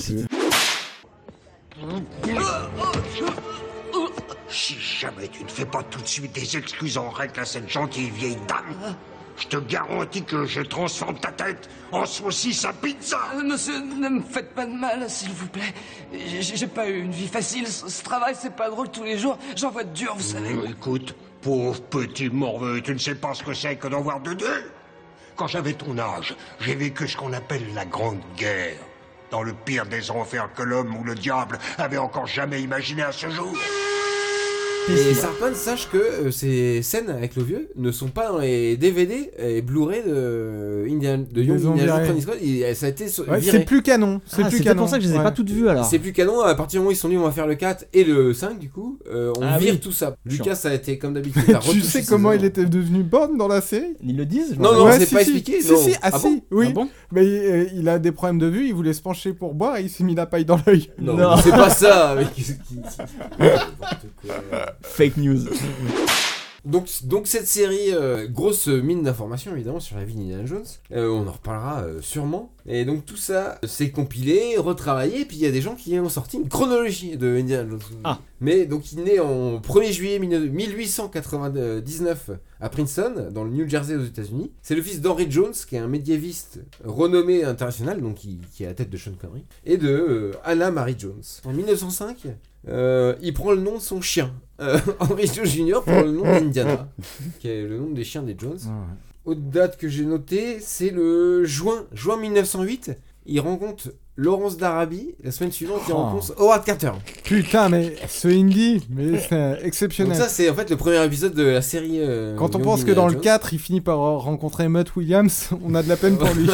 Si jamais tu ne fais pas tout de suite des excuses en règle à cette gentille vieille dame, je te garantis que je transforme ta tête en saucisse à pizza.
Euh, Monsieur, ne me faites pas de mal, s'il vous plaît. J'ai j'ai pas eu une vie facile. Ce ce travail, c'est pas drôle tous les jours. J'en vois de dur, vous savez.
Euh, Écoute, pauvre petit morveux, tu ne sais pas ce que c'est que d'en voir de deux. Quand j'avais ton âge, j'ai vécu ce qu'on appelle la Grande Guerre. Dans le pire des enfers que l'homme ou le diable avait encore jamais imaginé à ce jour.
Et Sarpan, sache que euh, ces scènes avec le vieux ne sont pas dans les DVD et Blu-ray de, Indiana, de Young
Ils ont
Indiana Jones
viré.
Chronicles Code. Il- Ça a été so-
Ouais,
viré.
c'est plus canon, c'est Ah, plus c'était canon. pour ça que je les ai Ouais. pas toutes vues, alors.
C'est plus canon. À partir du moment où ils se sont dit on va faire le 4 et le 5 du coup, euh, on
Ah
vire
oui.
tout ça.
Chiant.
Lucas, ça a été comme
<laughs>
d'habitude. a
tu
retouché
sais
ses
comment
erreurs.
il était devenu borne dans la série
Ils le disent
je Non, crois. non, c'est pas expliqué,
Si,
non.
si, ah,
Ah
si,
bon
oui.
Ah bon
mais euh, il a des problèmes de vue, il voulait se pencher pour boire et il s'est mis la paille dans l'œil.
Non, mais c'est pas ça, mais qu'est-ce
<laughs>
qui-
Fake news.
Donc, donc cette série, euh, grosse mine d'informations évidemment sur la vie d'Indiana Jones, Euh, on en reparlera euh, sûrement. Et donc tout ça, euh, c'est compilé, retravaillé, puis il y a des gens qui ont sorti une chronologie de Indiana Jones.
Ah.
Mais donc il naît en 1er juillet 19- 1899 à Princeton, dans le New Jersey aux États-Unis. C'est le fils d'Henry Jones, qui est un médiéviste renommé international, donc qui, qui est à la tête de Sean Connery, et de euh, Anna Marie Jones. En 1905, euh, il prend le nom de son chien. Euh, <laughs> Henry Jones Jr. prend le nom d'Indiana, qui est le nom des chiens des Jones. Autre date que j'ai notée, c'est le juin, juin 1908. Il rencontre Laurence d'Arabie. La semaine suivante, il
Oh.
rencontre Howard Carter.
Putain, mais ce Indy, mais c'est euh, exceptionnel.
Donc ça, c'est en fait le premier épisode de la série. euh,
Quand on
Young
pense que
Indiana
dans le
Jones.
4, il finit par rencontrer Mutt Williams, <laughs> on a de la peine
<laughs>
pour lui.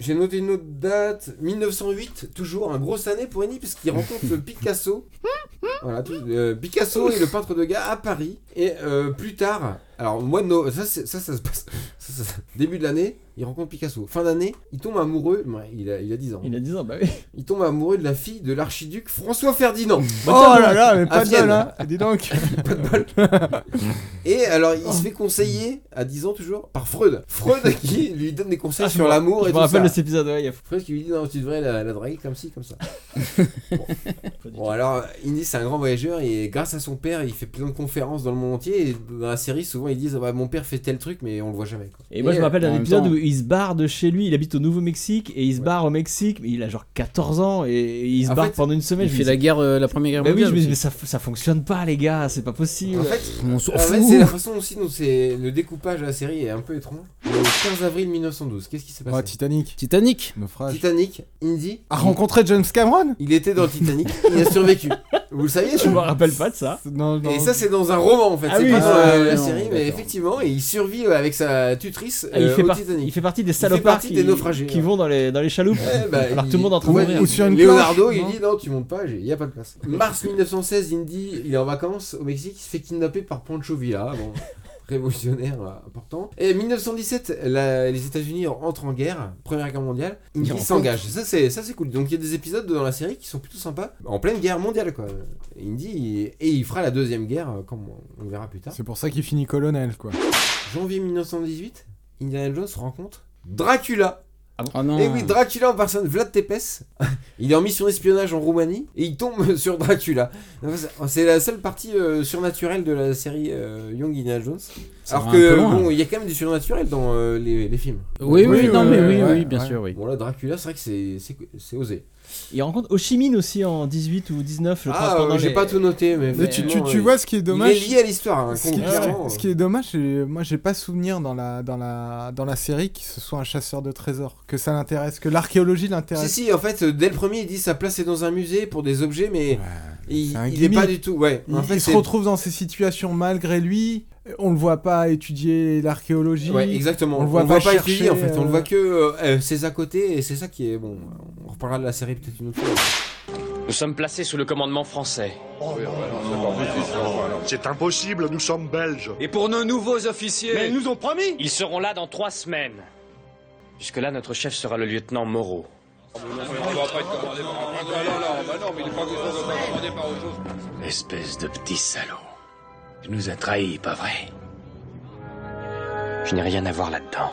J'ai noté une autre date, 1908, toujours, un grosse année pour Annie, puisqu'il
<laughs>
rencontre Picasso. Voilà, tout- euh, Picasso et le peintre de gars à Paris. Et euh, plus tard, alors moi, no, ça, c'est- ça, ça se passe. <laughs> ça, ça- ça- début de l'année, il rencontre Picasso. Fin d'année, il tombe amoureux. ouais, il, a, il a 10 ans.
Il a 10 ans, bah oui.
Il tombe amoureux de la fille de l'archiduc François Ferdinand.
oh là là, mais pas
À
de bol,
Vienne.
hein.
<laughs>
Dis donc.
Pas de bol. Et alors,
Oh.
il se fait conseiller, à 10 ans toujours, par Freud.
<laughs>
Freud qui lui donne des conseils
Ah, je
sur
me-
l'amour
je
et
me
tout
rappelle
ça.
de cet épisode, ouais, il y a-
Freud qui lui dit, non, tu devrais la, la draguer comme ci, comme ça. <laughs> bon. Bon, alors, Indy, c'est un grand voyageur et grâce à son père, il fait plein de conférences dans le monde entier. Et dans la série, souvent, ils disent, Ah bah, mon père fait tel truc, mais on le voit jamais. quoi.
Et moi, je me rappelle
en
d'un
même
épisode
temps-
où il se barre de chez lui. Il habite au Nouveau-Mexique et il se barre au Mexique. Mais il a genre 14 ans et- et il se
En
barre
fait,
pendant une semaine.
il
Je me
fait
dis-
la guerre, euh, la première guerre
Bah oui,
mondiale
je me dis,
aussi.
mais ça, ça fonctionne pas, les gars. C'est pas possible.
En fait,
On s'en
en
fout.
fait, Ah, c'est la façon aussi dont c'est le découpage de la série est un peu étrange. Le 15 avril 1912, qu'est-ce qui s'est passé
Oh, Titanic.
Titanic.
Titanic, Indy.
A rencontré James Cameron
Il était dans Titanic, il a
<laughs>
survécu. Vous le saviez
Je me rappelle pas de ça.
Et ça, c'est dans un roman en fait,
Ah
c'est
oui,
pas
c'est-
dans la, la
ah, non,
série, mais
d'accord.
effectivement, et il survit euh, avec sa tutrice
Ah, il,
euh,
fait
au
par-
Titanic.
il fait partie des
Il fait
salopards
partie
qui,
des naufragés.
qui vont dans les, dans les chaloupes.
Ouais, bah,
<laughs> alors
il-
tout le monde est en train
ouais,
de mourir.
ou sur une Leonardo, il dit non, tu montes pas, il y a pas de place. Mars 1916, Indy, il est en vacances au Mexique, il se fait kidnapper par Pancho Villa, bon, <laughs> révolutionnaire euh, important. Et 1917, la- les États-Unis entrent en guerre, Première Guerre mondiale,
Il
Indy
rencontre.
s'engage. Ça c'est ça c'est cool. Donc il y a des épisodes dans la série qui sont plutôt sympas, en pleine guerre mondiale quoi. Indy il- et il fera la deuxième guerre euh, comme on on verra plus tard.
C'est pour ça qu'il finit colonel, quoi.
Janvier 1918, Indiana Jones rencontre Dracula.
Ah
Oh
bon
Et Eh
Hmm.
oui, Dracula en personne, Vlad Tepes. <laughs> il est en mission espionnage en Roumanie et il tombe <laughs> sur Dracula. Donc, c'est- C'est la seule partie euh, surnaturelle de la série euh, Young Indiana Jones.
Ça
Alors
va un
que
peu loin.
bon, il y a quand même du surnaturel dans euh, les, les films.
Oui, oui, non, mais oui,
ouais,
oui, bien
ouais.
sûr, oui.
Bon là, Dracula, c'est vrai que c'est- c'est c'est osé.
Il rencontre Ho Chi Minh aussi en 18 ou 19, je crois.
Ah,
pendant
euh, j'ai
les-
pas tout noté, mais.
Mais tu, tu,
effectivement,
tu
euh,
vois ce qui est dommage.
Il est lié à l'histoire, hein,
ce, qui,
clairement.
ce qui est dommage, c'est moi j'ai pas souvenir dans la, dans, la, dans la série que ce soit un chasseur de trésors, que ça l'intéresse, que l'archéologie
Si,
l'intéresse.
si, en fait, euh, dès le premier, il dit sa place est dans un musée pour des objets, mais il,
C'est un
il est pas
gimmick.
du tout. Ouais,
Il,
en fait,
il se
c'est-
retrouve dans ces situations malgré lui. On le voit pas étudier l'archéologie.
Ouais, exactement.
On le voit pas, chercher,
étudier, en fait. On le
euh,
voit que euh, euh, ses à côté, et c'est ça qui est bon. On reparlera de la série peut-être une autre fois.
Nous sommes placés sous le commandement français.
C'est impossible, nous sommes belges.
Et pour nos nouveaux officiers.
Mais ils nous
ont promis Ils seront là dans trois semaines. Jusque-là, notre chef sera le lieutenant Moreau. Espèce de petit salaud. Tu nous as trahis, pas vrai Je n'ai rien à voir là-dedans.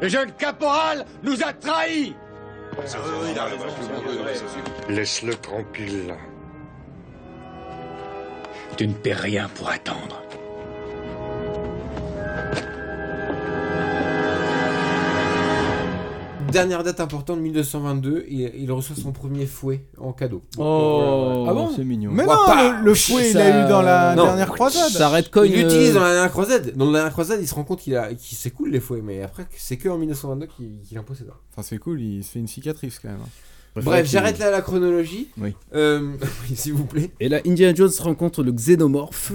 Le jeune caporal nous a trahis
Laisse-le tranquille.
Tu ne paies rien pour attendre.
Dernière date importante, 1222, il, il reçoit son premier fouet en cadeau. euh,
Oh,
Ah bon
c'est mignon.
Mais non,
le- le fouet, il l'a eu dans la dernière croisade. Ça arrête
quoi
cogne,
Ah, bah, Il l'utilise
euh,
dans la dernière croisade. Dans la dernière croisade, il se rend compte qu'il a, qu'il c'est cool les fouets, mais après, c'est que en 1922 qu'il qu'il en possède. un.
Enfin, c'est cool, il se fait une cicatrice quand même. hein.
Bref, j'arrête là la chronologie.
Oui.
Euh, <laughs> S'il vous plaît.
Et là, Indiana Jones rencontre le xénomorphe.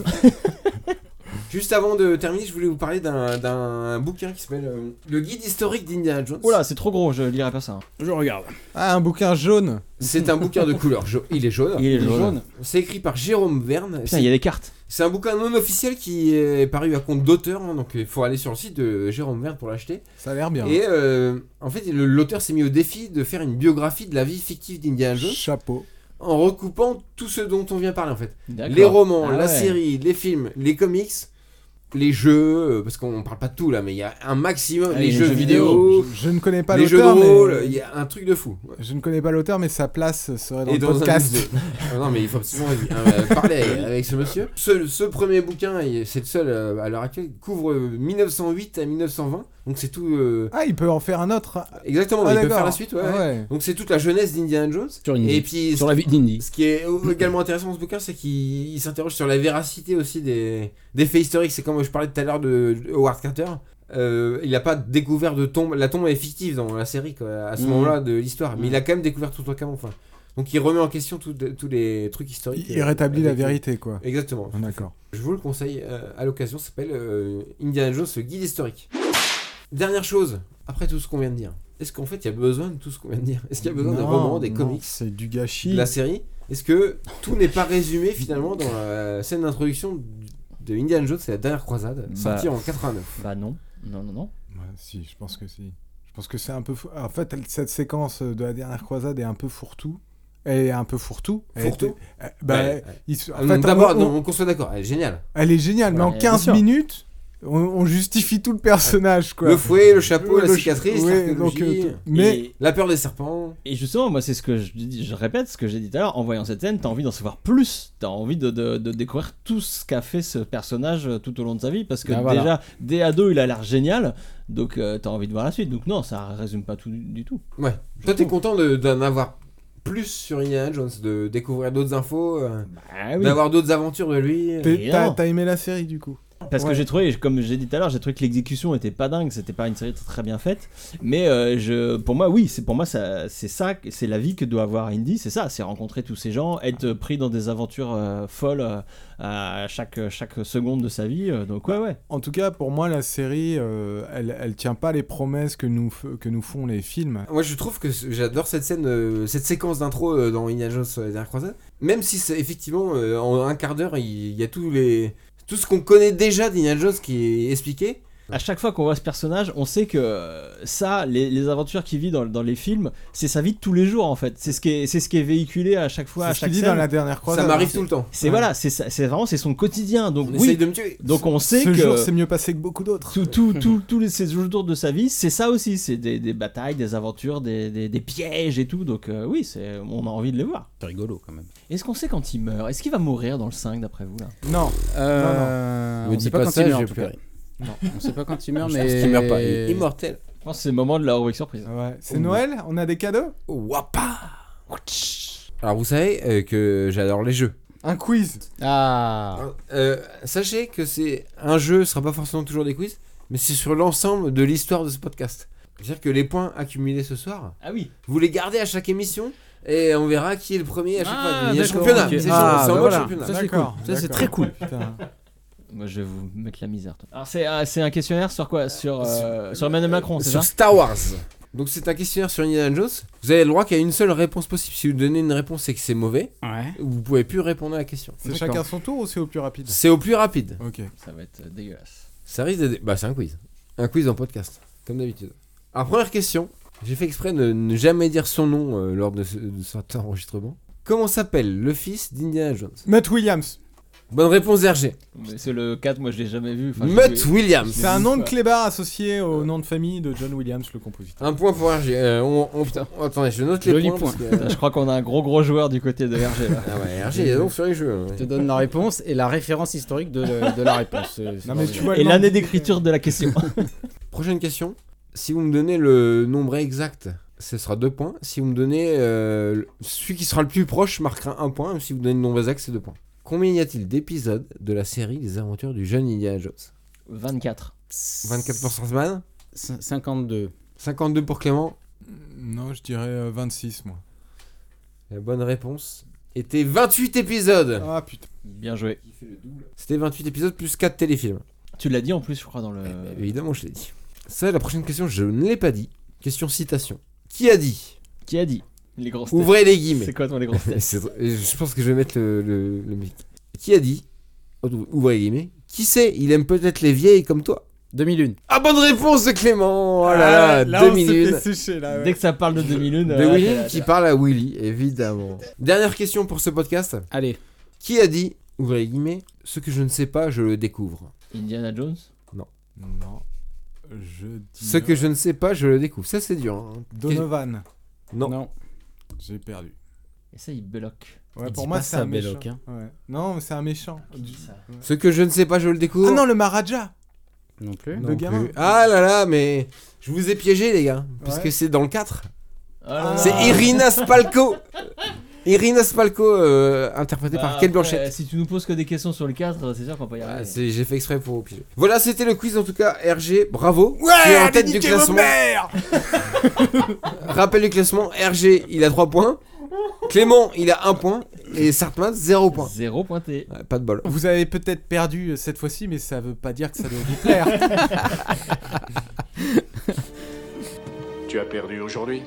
Juste avant de terminer, je voulais vous parler d'un- d'un bouquin qui s'appelle euh, Le guide historique d'Indiana Jones.
Oh là, c'est trop gros, je lirai pas ça. hein.
Je regarde.
Ah, un bouquin jaune.
C'est un bouquin de couleur. ja- Il est jaune.
Il est jaune.
C'est écrit par Jérôme Verne.
Putain, il y a des cartes.
C'est un bouquin non officiel qui est paru à compte d'auteur, hein, donc il faut aller sur le site de Jérôme Verne pour l'acheter.
Ça a l'air bien.
Et euh, en fait, le- l'auteur s'est mis au défi de faire une biographie de la vie fictive d'Indiana Jones.
Chapeau.
En recoupant tout ce dont on vient parler en fait.
D'accord.
Les romans,
Ah
la
ouais.
série, les films, les comics, les jeux, euh, parce qu'on parle pas de tout là, mais il y a un maximum.
Ah,
les,
les
jeux,
jeux
vidéo,
vidéo. Je- je ne connais pas
les jeux de
l'auteur, mais-
rôle, il y a un truc de fou.
Je ne connais pas l'auteur, mais sa place serait dans
Et
le
dans un
podcast.
musée. Ah non, mais il faut absolument euh,
<laughs>
parler avec ce monsieur. Ce, ce premier bouquin, et c'est le seul euh, à l'heure actuelle, couvre euh, 1908 à 1920. Donc c'est tout. euh,
Ah, il peut en faire un autre.
Exactement,
Ah,
Oh, il peut
d'accord.
faire la suite. ouais,
Ah
ouais.
ouais.
Donc c'est toute la jeunesse d'Indiana Jones.
Sur une-
et puis
sur la vie d'Indy.
Ce qui est également intéressant dans ce bouquin, c'est qu'il il s'interroge sur la véracité aussi des, des faits historiques. C'est comme je parlais tout à l'heure de Howard Carter. Euh, il n'a pas découvert de tombe. La tombe est fictive dans la série quoi, à ce
Mm.
Mhm.
moment-là de l'histoire, mais
Mhm.
il a quand même découvert tout un camp. Enfin, donc il remet en question tout- tous les trucs historiques.
Il
euh,
rétablit la
avec-
vérité, quoi.
Exactement.
D'accord.
Je vous le conseille euh, à l'occasion, ça s'appelle euh, Indiana Jones, le guide historique. Dernière chose, après tout ce qu'on vient de dire, est-ce qu'en fait il y a besoin de tout ce qu'on vient de dire Est-ce qu'il y a besoin de
Non,
romans, des
non,
comics
C'est du gâchis.
de la série Est-ce que tout n'est pas résumé finalement dans la scène d'introduction de Indiana Jones et la dernière croisade, sortie
Bah,
en 89
Bah non, non, non, non.
Ouais, si, je pense que si. Je pense que c'est un peu. fou- En fait, elle- cette séquence de la dernière croisade est un peu fourre-tout. Elle est un peu fourre-tout. Elle
Fourre-tout
était- euh, bah,
Ouais,
il se- en
Ah non,
fait,
D'abord,
on-
non, on, qu'on soit d'accord, elle est géniale.
Elle est géniale,
Ouais,
mais en
bien
15
sûr.
minutes, on, on justifie tout le personnage, quoi.
Le fouet, le chapeau, la
Le ch-
cicatrice,
ouais,
l'archéologie,
donc, euh, mais
la peur des serpents.
Et justement, moi, c'est ce que je, dis- je répète, ce que j'ai dit tout à l'heure. En voyant cette scène, t'as envie d'en savoir plus. T'as envie de, de- de découvrir tout ce qu'a fait ce personnage euh, tout au long de sa vie. Parce que
Ah, voilà.
déjà, dès ado, il a l'air génial. Donc, euh, t'as envie de voir la suite. Donc, non, ça résume pas tout du, du tout.
Ouais. Toi, t'es content de- d'en avoir plus sur Indiana Jones, de découvrir d'autres infos, euh,
Ah
oui.
d'avoir d'autres aventures de lui. euh.
t'es- t'as t'as aimé la série, du coup
Parce
Ouais.
que j'ai trouvé, comme j'ai dit tout à l'heure, j'ai trouvé que l'exécution était pas dingue, c'était pas une série très bien faite. Mais euh, je, pour moi, oui, c'est pour moi ça, c'est ça, c'est la vie que doit avoir Indy, c'est ça, c'est rencontrer tous ces gens, être pris dans des aventures euh, folles euh, à chaque chaque seconde de sa vie. euh, donc ouais, ouais.
En tout cas, pour moi, la série, euh, elle, elle tient pas les promesses que nous, f- que nous font les films.
Moi, je trouve que c- j'adore cette scène, euh, cette séquence d'intro euh, dans Indiana Jones euh, dernière croisade. Même si, c'est- effectivement, euh, en un quart d'heure, il il y a tous les... tout ce qu'on connaît déjà d'Indiana Jones qui est expliqué.
À chaque fois qu'on voit ce personnage, on sait que euh, ça, les, les aventures qu'il vit dans, dans les films, c'est sa vie de tous les jours en fait. C'est ce qui est, c'est ce qui est véhiculé à chaque fois.
C'est
à
ce
chaque
qu'il dit
scène.
dans la dernière croisade. hein.
Ça m'arrive tout le temps.
C'est
Ouais.
voilà, c'est ça- c'est vraiment c'est son quotidien. Donc
On
oui.
essaye de me tuer.
Donc on sait
Ce
que
jour, c'est mieux passé que beaucoup d'autres.
tout, tout, tout- tous les, ces jours de sa vie, c'est ça aussi, c'est des, des batailles, des aventures, des, des- des pièges et tout. Donc euh, oui, c'est, on a envie de les voir.
C'est rigolo quand même.
Est-ce qu'on sait quand il meurt Est-ce qu'il va mourir dans le 5 d'après vous là
Non.
Euh,
Non, non.
on
Me
ne
dis
sait pas
pas
quand
ça,
il meurt
j'ai
en tout
pleuré.
cas. On sait pas quand il meurt,
<laughs> Je
mais.
pense qu'il meurt pas, il est
immortel.
Je pense que c'est le moment de la rubrique surprise.
Ouais. C'est Noël On a des cadeaux
Alors, vous savez euh, que j'adore les jeux.
Un quiz
Ah
Euh, sachez que c'est un jeu, ce sera pas forcément toujours des quiz, mais c'est sur l'ensemble de l'histoire de ce podcast. C'est-à-dire que les points accumulés ce soir,
ah oui.
vous les gardez à chaque émission et on verra qui est le premier à chaque
Ah,
fois. Il y a le
d'accord,
championnat,
ok.
c'est
Ah,
c'est en
bah
mode
voilà.
championnat.
Ça, c'est
D'accord,
cool. Ça, c'est
d'accord.
très cool.
Putain.
Moi je vais vous mettre la misère. toi. Alors c'est, euh, c'est un questionnaire sur quoi Sur, euh, sur Emmanuel Macron, c'est
sur
ça
Star Wars. Donc c'est un questionnaire sur Indiana Jones. Vous avez le droit qu'il y a une seule réponse possible. Si vous donnez une réponse et que c'est mauvais, vous pouvez plus répondre à la question.
C'est chacun son tour ou c'est au plus rapide
C'est au plus rapide.
Ok.
Ça va être euh, dégueulasse.
Ça risque d'être... Bah c'est un quiz. Un quiz en podcast, comme d'habitude. Alors première question. J'ai fait exprès de ne jamais dire son nom euh, lors de, ce- de cet enregistrement. Comment s'appelle le fils d'Indiana Jones
Matt Williams.
Bonne réponse, Hergé.
Mais c'est le 4, moi je l'ai jamais vu. Enfin,
Mutt
je l'ai-
Williams.
C'est un nom de clébard associé au nom de famille de John Williams, le compositeur.
Un point pour Hergé. Euh, on, on- on- attendez, je note les
Joli
points. parce
<laughs> point.
que- euh,
Je crois qu'on a un gros gros joueur du côté de RG là.
Ah ouais, RG, il est donc sur les jeux. hein.
Je te donne la réponse et la référence historique de, de la réponse.
Non, mais tu vois
Et l'année d'écriture de la question.
Prochaine question. Si vous me donnez le nombre exact, ce sera 2 points. Si vous me donnez euh, le- celui qui sera le plus proche marquera 1 point. Si vous donnez le nombre exact, c'est 2 points. Combien y a-t-il d'épisodes de la série Les Aventures du jeune Indiana Jones
24.
24 pour Sansman
52.
52 pour Clément.
Non, je dirais euh, 26, moi.
La bonne réponse était 28 épisodes.
Ah putain.
Bien joué.
C'était 28 épisodes plus 4 téléfilms.
Tu l'as dit en plus, je crois, dans le.
Évidemment, je l'ai dit. Ça, la prochaine question, je ne l'ai pas dit. Question citation. Qui a dit
Qui a dit Les grosses têtes.
Ouvrez les guillemets.
C'est quoi ton les
<laughs>
grosses têtes
C'est tr- Je pense que je vais mettre le, le, le mic. Qui a dit Ouvrez les guillemets. Qui sait Il aime peut-être les vieilles comme toi.
2001.
Ah, bonne réponse de Clément Oh
Ah,
là
là,
là,
on
2001.
s'est fait sécher, là, ouais.
Dès que ça parle de 2001.
De
euh, là,
William
t'as-
qui
t'as-
parle à Willy, évidemment. Dernière question pour ce podcast.
Allez.
Qui a dit Ouvrez les guillemets. Ce que je ne sais pas, je le découvre.
Indiana Jones
Non. Je dis.
Ce que je ne sais pas, je le découvre. Ça, c'est dur. hein.
Donovan.
Non.
J'ai perdu.
Et ça, il bloque.
Ouais,
Il
pour
dit
moi,
pas
c'est
ça,
un méchant.
Belloc, hein.
Ouais. Non, mais c'est un méchant. Ouais.
Ce que je ne sais pas, je le découvre.
Ah non, le Maharaja
Non plus.
Oh. Non
Le gamin.
plus. Ah là là, mais je vous ai piégé, les gars. Puisque
Ouais.
c'est dans le 4.
Oh
Ah,
c'est Irina Spalko. Irina Spalko, euh, interprétée
Bah,
par Kate
après,
Blanchett.
Si tu nous poses que des questions sur le 4, c'est sûr qu'on peut y
Ah,
arriver.
c'est- J'ai fait exprès pour vous piéger. Voilà, c'était le quiz en tout cas. RG, bravo.
Ouais,
tu es en
allez,
tête du
niquez vos
classement.
mères
<laughs> Rappel du classement RG, il a 3 points. Clément, il a 1 point. Et Sartman, 0 points.
0 pointé.
pas de bol.
Vous avez peut-être perdu euh, cette fois-ci, mais ça veut pas dire que ça doit vous plaire.
Tu as perdu aujourd'hui.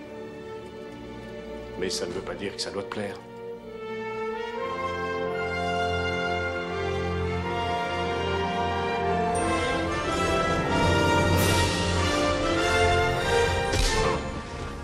Mais ça ne veut pas dire que ça doit te plaire.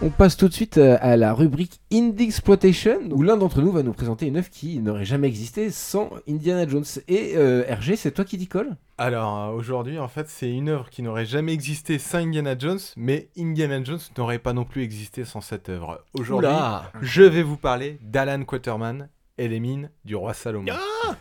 On passe tout de suite euh, à la rubrique Indie Exploitation, où l'un d'entre nous va nous présenter une œuvre qui n'aurait jamais existé sans Indiana Jones. Et euh, RG, c'est toi qui t'y colle
Alors euh, aujourd'hui, en fait, c'est une œuvre qui n'aurait jamais existé sans Indiana Jones, mais Indiana Jones n'aurait pas non plus existé sans cette œuvre. Aujourd'hui,
Oula
je vais vous parler d'Alan Quaterman et les mines du roi Salomon.
Ah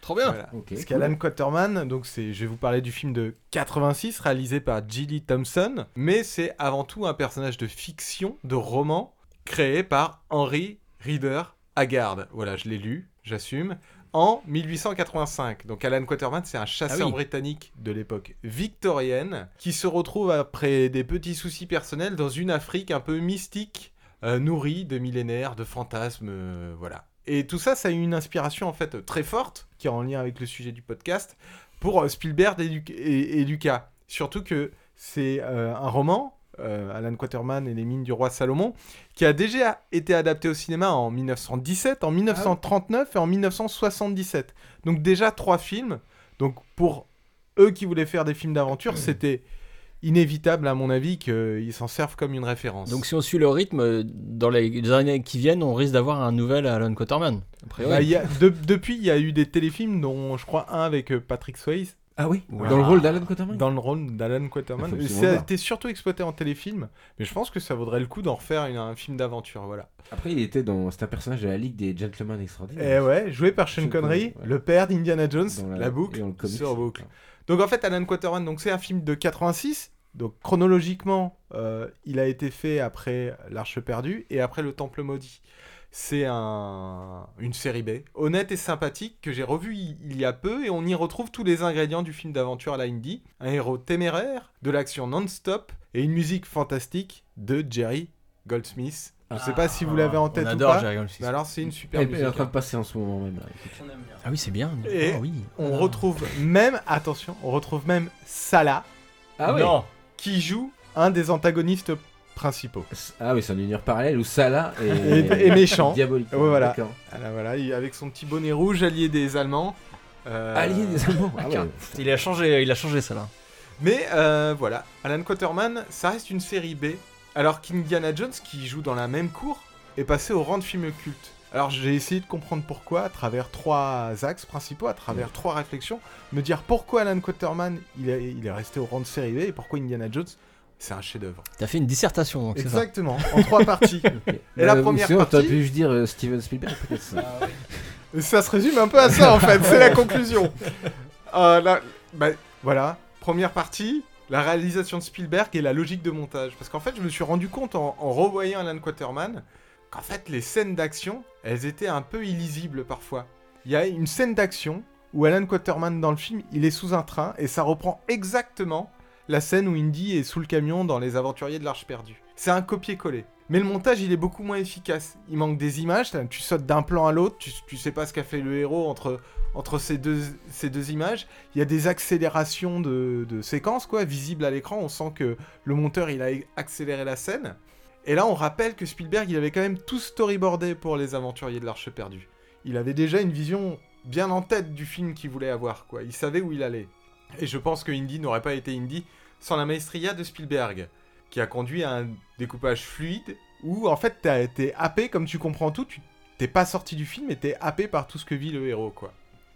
Trop bien
Voilà. Parce qu'Alan Quaterman, donc c'est, je vais vous parler du film de 86 réalisé par Gilly Thompson, mais c'est avant tout un personnage de fiction, de roman, créé par Henry Reader Haggard. Voilà, je l'ai lu, j'assume. En 1885. Donc Alan Quaterman, c'est un chasseur
Ah oui.
britannique de l'époque victorienne qui se retrouve après des petits soucis personnels dans une Afrique un peu mystique, euh, nourrie de millénaires, de fantasmes, euh, voilà. Et tout ça, ça a eu une inspiration en fait très forte, qui est en lien avec le sujet du podcast, pour euh, Spielberg et, Lu- et- et Lucas. Surtout que c'est euh, un roman, euh, Alan Quaterman et les mines du roi Salomon, qui a déjà été adapté au cinéma en 1917, en 1939 et en 1977. Donc déjà trois films. Donc pour eux qui voulaient faire des films d'aventure, c'était inévitable à mon avis qu'ils s'en servent comme une référence.
Donc si on suit le rythme, euh, dans les les années qui viennent, on risque d'avoir un nouvel Alan Quaterman. A priori.
Bah, il y a- de- depuis, il y a eu des téléfilms, dont je crois un avec euh, Patrick Swayze.
Ah oui Dans
Voilà.
le rôle d'Alan Quatermain
Dans le rôle d'Alan Quatermain.
Il faut absolument
Ça a
voir.
été surtout exploité en téléfilm, mais je pense que ça vaudrait le coup d'en refaire une- un film d'aventure, voilà.
Après, il était dans. C'est un personnage de la Ligue des Gentlemen Extraordinaires.
Et Eh ouais, joué par Sean Connery, le père d'Indiana Jones,
Dans
la,
la-
boucle
et dans le comics,
sur boucle. Donc en fait, Alan Quaterman, donc c'est un film de 86. Donc chronologiquement, euh, il a été fait après L'Arche perdue et après Le Temple maudit. C'est un- une série B, honnête et sympathique, que j'ai revue il il y a peu, et on y retrouve tous les ingrédients du film d'aventure à la Indy. Un héros téméraire, de l'action non-stop, et une musique fantastique de Jerry Goldsmith. Je sais pas si vous l'avez en
Ah, on
tête ou
adore
pas,
Jerry Goldsmith.
mais alors c'est une super
Elle elle
musique. hein.
est en train de passer en ce moment même. Là.
Ah oui, c'est bien.
Et
Ah oui.
on
Ah.
retrouve même, attention, on retrouve même Salah.
Ah oui.
Non. Qui joue un des antagonistes principaux.
Ah oui, c'est un univers parallèle où Salah
Et,
est,
<laughs> et méchant.
Diabolique.
Ouais, voilà.
D'accord.
Alors voilà, il- avec son petit bonnet rouge, allié des Allemands. euh,
Allié des Allemands, ah ouais.
Il a changé, il a changé ça là.
Mais euh, voilà, Alan Quaterman, ça reste une série B, alors qu'Indiana Jones, qui joue dans la même cour, est passé au rang de film culte. Alors j'ai essayé de comprendre pourquoi, à travers trois axes principaux, à travers trois réflexions, me dire pourquoi Alan Quaterman il est, il est resté au rang de série B et pourquoi Indiana Jones c'est un chef-d'œuvre.
T'as fait une dissertation, donc, c'est ça Euh,
Exactement, en
<laughs>
trois parties. Et la première
t'as
partie,
Euh, pu juste dire euh, Steven Spielberg peut-être.
<laughs>
ça.
ça se résume un peu à ça en fait, c'est la conclusion. Euh, la- bah, voilà, première partie, la réalisation de Spielberg et la logique de montage. Parce qu'en fait, je me suis rendu compte en, en revoyant Alan Quaterman qu'en fait, les scènes d'action, elles étaient un peu illisibles parfois. Il y a une scène d'action où Alan Quaterman dans le film, il est sous un train et ça reprend exactement la scène où Indy est sous le camion dans Les Aventuriers de l'Arche Perdue. C'est un copier-coller. Mais le montage, il est beaucoup moins efficace. Il manque des images, t'as- tu sautes d'un plan à l'autre, tu, tu sais pas ce qu'a fait le héros entre, entre ces, deux, ces deux images. Il y a des accélérations de, de séquences, quoi, visibles à l'écran. On sent que le monteur, il a accéléré la scène. Et là, on rappelle que Spielberg, il avait quand même tout storyboardé pour Les Aventuriers de l'Arche Perdue. Il avait déjà une vision bien en tête du film qu'il voulait avoir, quoi. Il savait où il allait. Et je pense que Indy n'aurait pas été Indy sans la maestria de Spielberg, qui a conduit à un découpage fluide où, en fait, t'as été happé, comme tu comprends tout, tu t'es pas sorti du film et t'es happé par tout ce que vit le héros, quoi.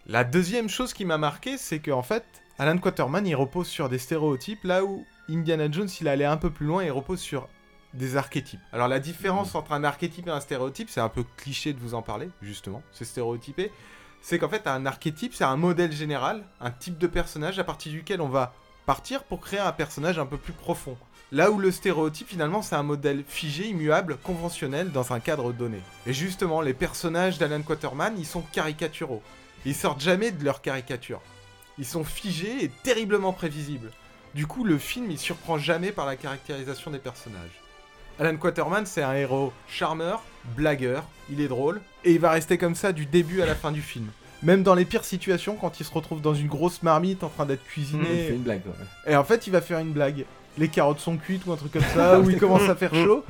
La deuxième chose qui m'a marqué, c'est qu'en fait, Alan Quaterman, il repose sur des stéréotypes, là où Indiana Jones, il allait un peu plus loin et repose sur des archétypes. Alors la différence entre un archétype et un stéréotype, c'est un peu cliché de vous en parler, justement, c'est stéréotypé, c'est qu'en fait un archétype, c'est un modèle général, un type de personnage à partir duquel on va partir pour créer un personnage un peu plus profond. Là où le stéréotype, finalement, c'est un modèle figé, immuable, conventionnel, dans un cadre donné. Et justement, les personnages d'Alan Quaterman, ils sont caricaturaux. Ils sortent jamais de leur caricature. Ils sont figés et terriblement prévisibles. Du coup, le film, il surprend jamais par la caractérisation des personnages. Alan Quaterman, c'est un héros charmeur, blagueur, il est drôle, et il va rester comme ça du début à la fin du film. Même dans les pires situations, quand il se retrouve dans une grosse marmite en train d'être cuisiné.
Mmh, Il fait une blague, quoi, ouais.
Et en fait, il va faire une blague. Les carottes sont cuites ou un truc comme
<laughs>
ça, où il commence à faire chaud.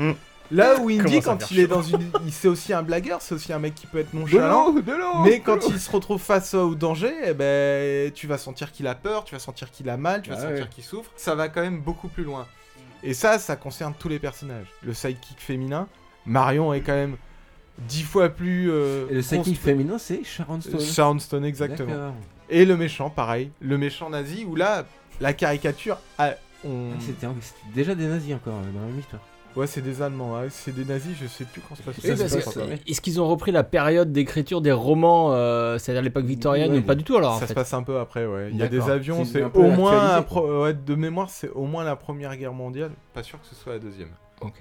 Là où Indy,
Mm, Commence à
quand
faire
il est
chaud.
dans une. il- C'est aussi un blagueur, c'est aussi un mec qui peut être nonchalant.
l'eau, de l'eau,
mais
de
quand
l'eau.
il se retrouve face au danger, eh ben, tu vas sentir qu'il a peur, tu vas sentir qu'il a mal, tu vas
Ah
sentir
ouais.
qu'il souffre. Ça va quand même beaucoup plus loin. Et ça, ça concerne tous les personnages. Le sidekick féminin, Marion est quand même dix fois plus. euh,
Et le sidekick
consp-
féminin, c'est Sharon Stone.
euh, Sharon Stone, exactement.
D'accord.
Et le méchant, pareil. Le méchant nazi, où là, la caricature. ah, on...
Ah, C'était c'était déjà des nazis encore euh, dans la même histoire.
Ouais, c'est des Allemands, hein. c'est des nazis, je sais plus quand se passe.
Oui, parce que-
Est-ce qu'ils ont repris la période d'écriture des romans, euh, c'est-à-dire l'époque victorienne
Ouais,
ou pas du tout alors
Ça
en
se
fait
passe un peu après, ouais. Il y a des
D'accord.
avions,
C'est
c'est
un peu
au moins.
actualisé,
un pro- ouais, de mémoire, c'est au moins la première guerre mondiale. Pas sûr que ce soit la deuxième.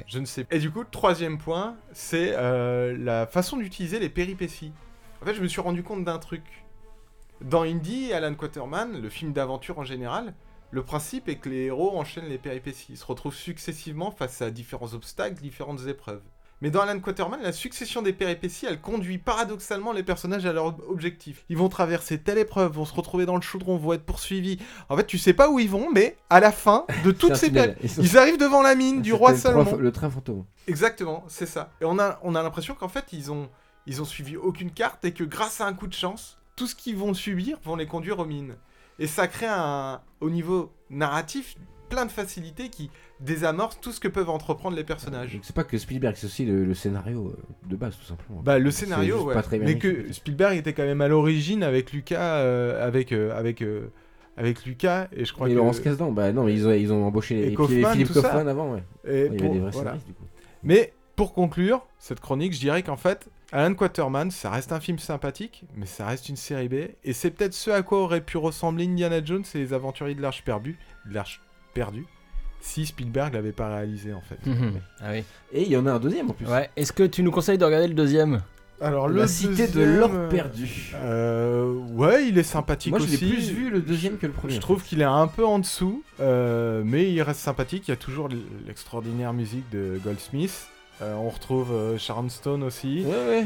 Je ne sais pas. Et du coup, le troisième point, c'est euh, la façon d'utiliser les péripéties. En fait, je me suis rendu compte d'un truc. Dans Indy, Alan Quaterman, le film d'aventure en général, le principe est que les héros enchaînent les péripéties. Ils se retrouvent successivement face à différents obstacles, différentes épreuves. Mais dans Alan Quaterman, la succession des péripéties, elle conduit paradoxalement les personnages à leur ob- objectif. Ils vont traverser telle épreuve, vont se retrouver dans le chaudron, vont être poursuivis. En fait, tu sais pas où ils vont, mais à la fin de
<laughs>
toutes
C'est un
ces
tunnel.
péripéties,
Ils sont-
ils arrivent devant la mine du roi
C'était le
Salomon.
train- Le train fantôme.
Exactement, c'est ça. Et on a, on a l'impression qu'en fait, ils ont, ils ont suivi aucune carte et que grâce à un coup de chance, tout ce qu'ils vont subir vont les conduire aux mines. Et ça crée un, au niveau narratif plein de facilités qui désamorcent tout ce que peuvent entreprendre les personnages.
C'est pas que Spielberg, c'est aussi le, le scénario euh, de base, tout simplement.
Bah, le
C'est
scénario,
juste
ouais.
pas très bien
mais
écrit.
que Spielberg était quand même à l'origine avec Lucas, euh, avec, euh, avec, euh, avec Lucas, et je crois
Mais
que.
Laurence Kasdan, bah non, mais ils ont, ils ont embauché
et
les-
Kaufman,
Philippe
tout ça.
Kaufman avant, ouais.
Et
Ouais, il y avait
pour-
des vrais
voilà.
scénaristes, du coup.
Mais pour conclure cette chronique, je dirais qu'en fait, Alan Quaterman, ça reste un film sympathique, mais ça reste une série B, et c'est peut-être ce à quoi aurait pu ressembler Indiana Jones et les aventuriers de l'Arche perdue, de l'Arche perdue, si Spielberg l'avait pas réalisé en fait.
Mhm. Ah oui.
Et il y en a un deuxième en plus.
Ouais. Est-ce que tu nous conseilles de regarder le deuxième
Alors
La
le
Cité de
deuxième,
l'or
euh,
perdu.
euh, ouais, il est sympathique
Moi, je l'ai
aussi.
plus vu le deuxième que le premier,
Je
en
trouve qu'il est un peu en dessous, euh, mais il reste sympathique. Il y a toujours l- l'extraordinaire musique de Goldsmith. Euh, on retrouve euh, Sharon Stone aussi.
Ouais, ouais.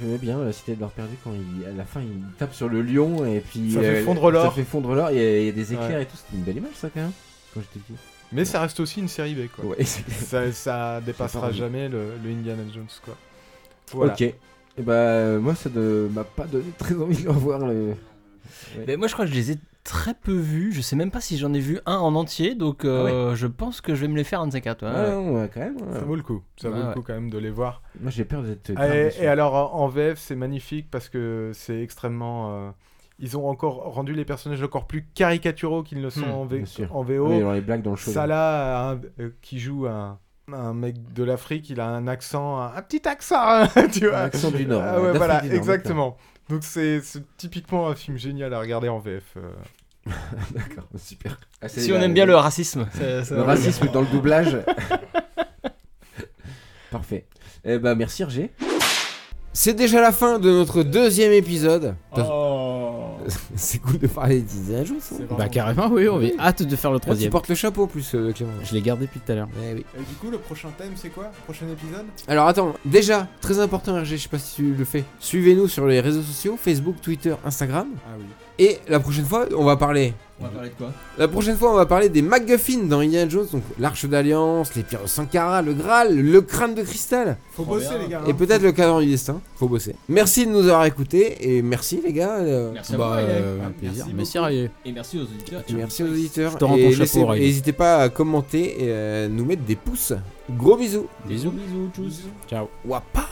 J'aimais bien la cité de l'or perdu quand il, à la fin il tape sur le lion et puis.
Ça fait
euh,
fondre l'or.
Ça fait fondre l'or, il y a, il y a des éclairs
Ouais.
et tout, c'était une belle image ça quand même, quand j'étais petit.
Mais ça reste aussi une série B, quoi.
Ouais, c'est-
ça,
<laughs>
ça dépassera
envie.
jamais le, le Indiana Jones, quoi. Voilà.
Ok. Eh euh, Et bah, moi ça ne m'a pas donné très envie de le revoir. Le...
Mais moi je crois que je les ai
très peu vus. Je sais même pas si j'en ai vu un en entier. Donc
Ah
euh, je pense que je vais me les faire un de ces quatre. ouais.
quand même. Ça vaut le coup. Ça vaut
Ouais,
le coup
ouais.
quand même de les voir.
Moi, j'ai peur d'être.
Ah, et, et alors en en VF c'est magnifique parce que c'est extrêmement. euh, Ils ont encore rendu les personnages encore plus caricaturaux qu'ils ne le sont
Hmm,
en, V-
bien sûr.
en VO.
Oui, dans les blagues dans le show, là.
Salah, a un- euh, qui joue un, un mec de l'Afrique, il a un accent, un, un petit accent, <laughs> hein, tu vois.
accent du Nord,
Ah
ouais,
ouais,
d'Afrique
voilà,
du Nord,
exactement. Donc c'est c'est typiquement un film génial à regarder en VF. euh.
D'accord,
bah,
super. Ah, c'est
Si on
la-
aime bien le racisme. ça- ça-
le racisme dans le
<laughs>
doublage. Parfait. Eh ben merci Hergé. C'est déjà la fin de notre deuxième épisode. <laughs>
Oh,
C'est cool de parler d'Indiana Jones. hein.
Bah carrément, oui, on avait hâte de faire le
Ah, tu
troisième.
portes le chapeau plus, euh, Clément.
Je l'ai gardé depuis tout à l'heure.
Eh oui.
Et du coup, le prochain thème, c'est quoi Prochain épisode
Alors attends, déjà, très important RG, je sais pas si tu le fais. Suivez-nous sur les réseaux sociaux, Facebook, Twitter, Instagram.
Ah oui.
Et la prochaine fois, on va parler.
On va parler de quoi
La prochaine fois, on va parler des MacGuffins dans Indiana Jones, donc l'Arche d'Alliance, les pierres de Sankara, le Graal, le crâne de cristal.
Faut bosser, les gars. hein.
Et peut-être le cadran du destin, faut bosser. Merci de nous avoir écoutés et merci les gars. euh,
Merci à vous, Ariel.
un
Merci
plaisir.
beaucoup.
Merci Ariel.
Et merci aux auditeurs.
Et merci aux
Je
auditeurs.
te rends
Et
ton chapeau,
laissez-
Ariel.
N'hésitez pas à commenter et euh, nous mettre des pouces. Gros bisous.
Bisous.
Bisous, tchuss.
Ciao.
Wapa.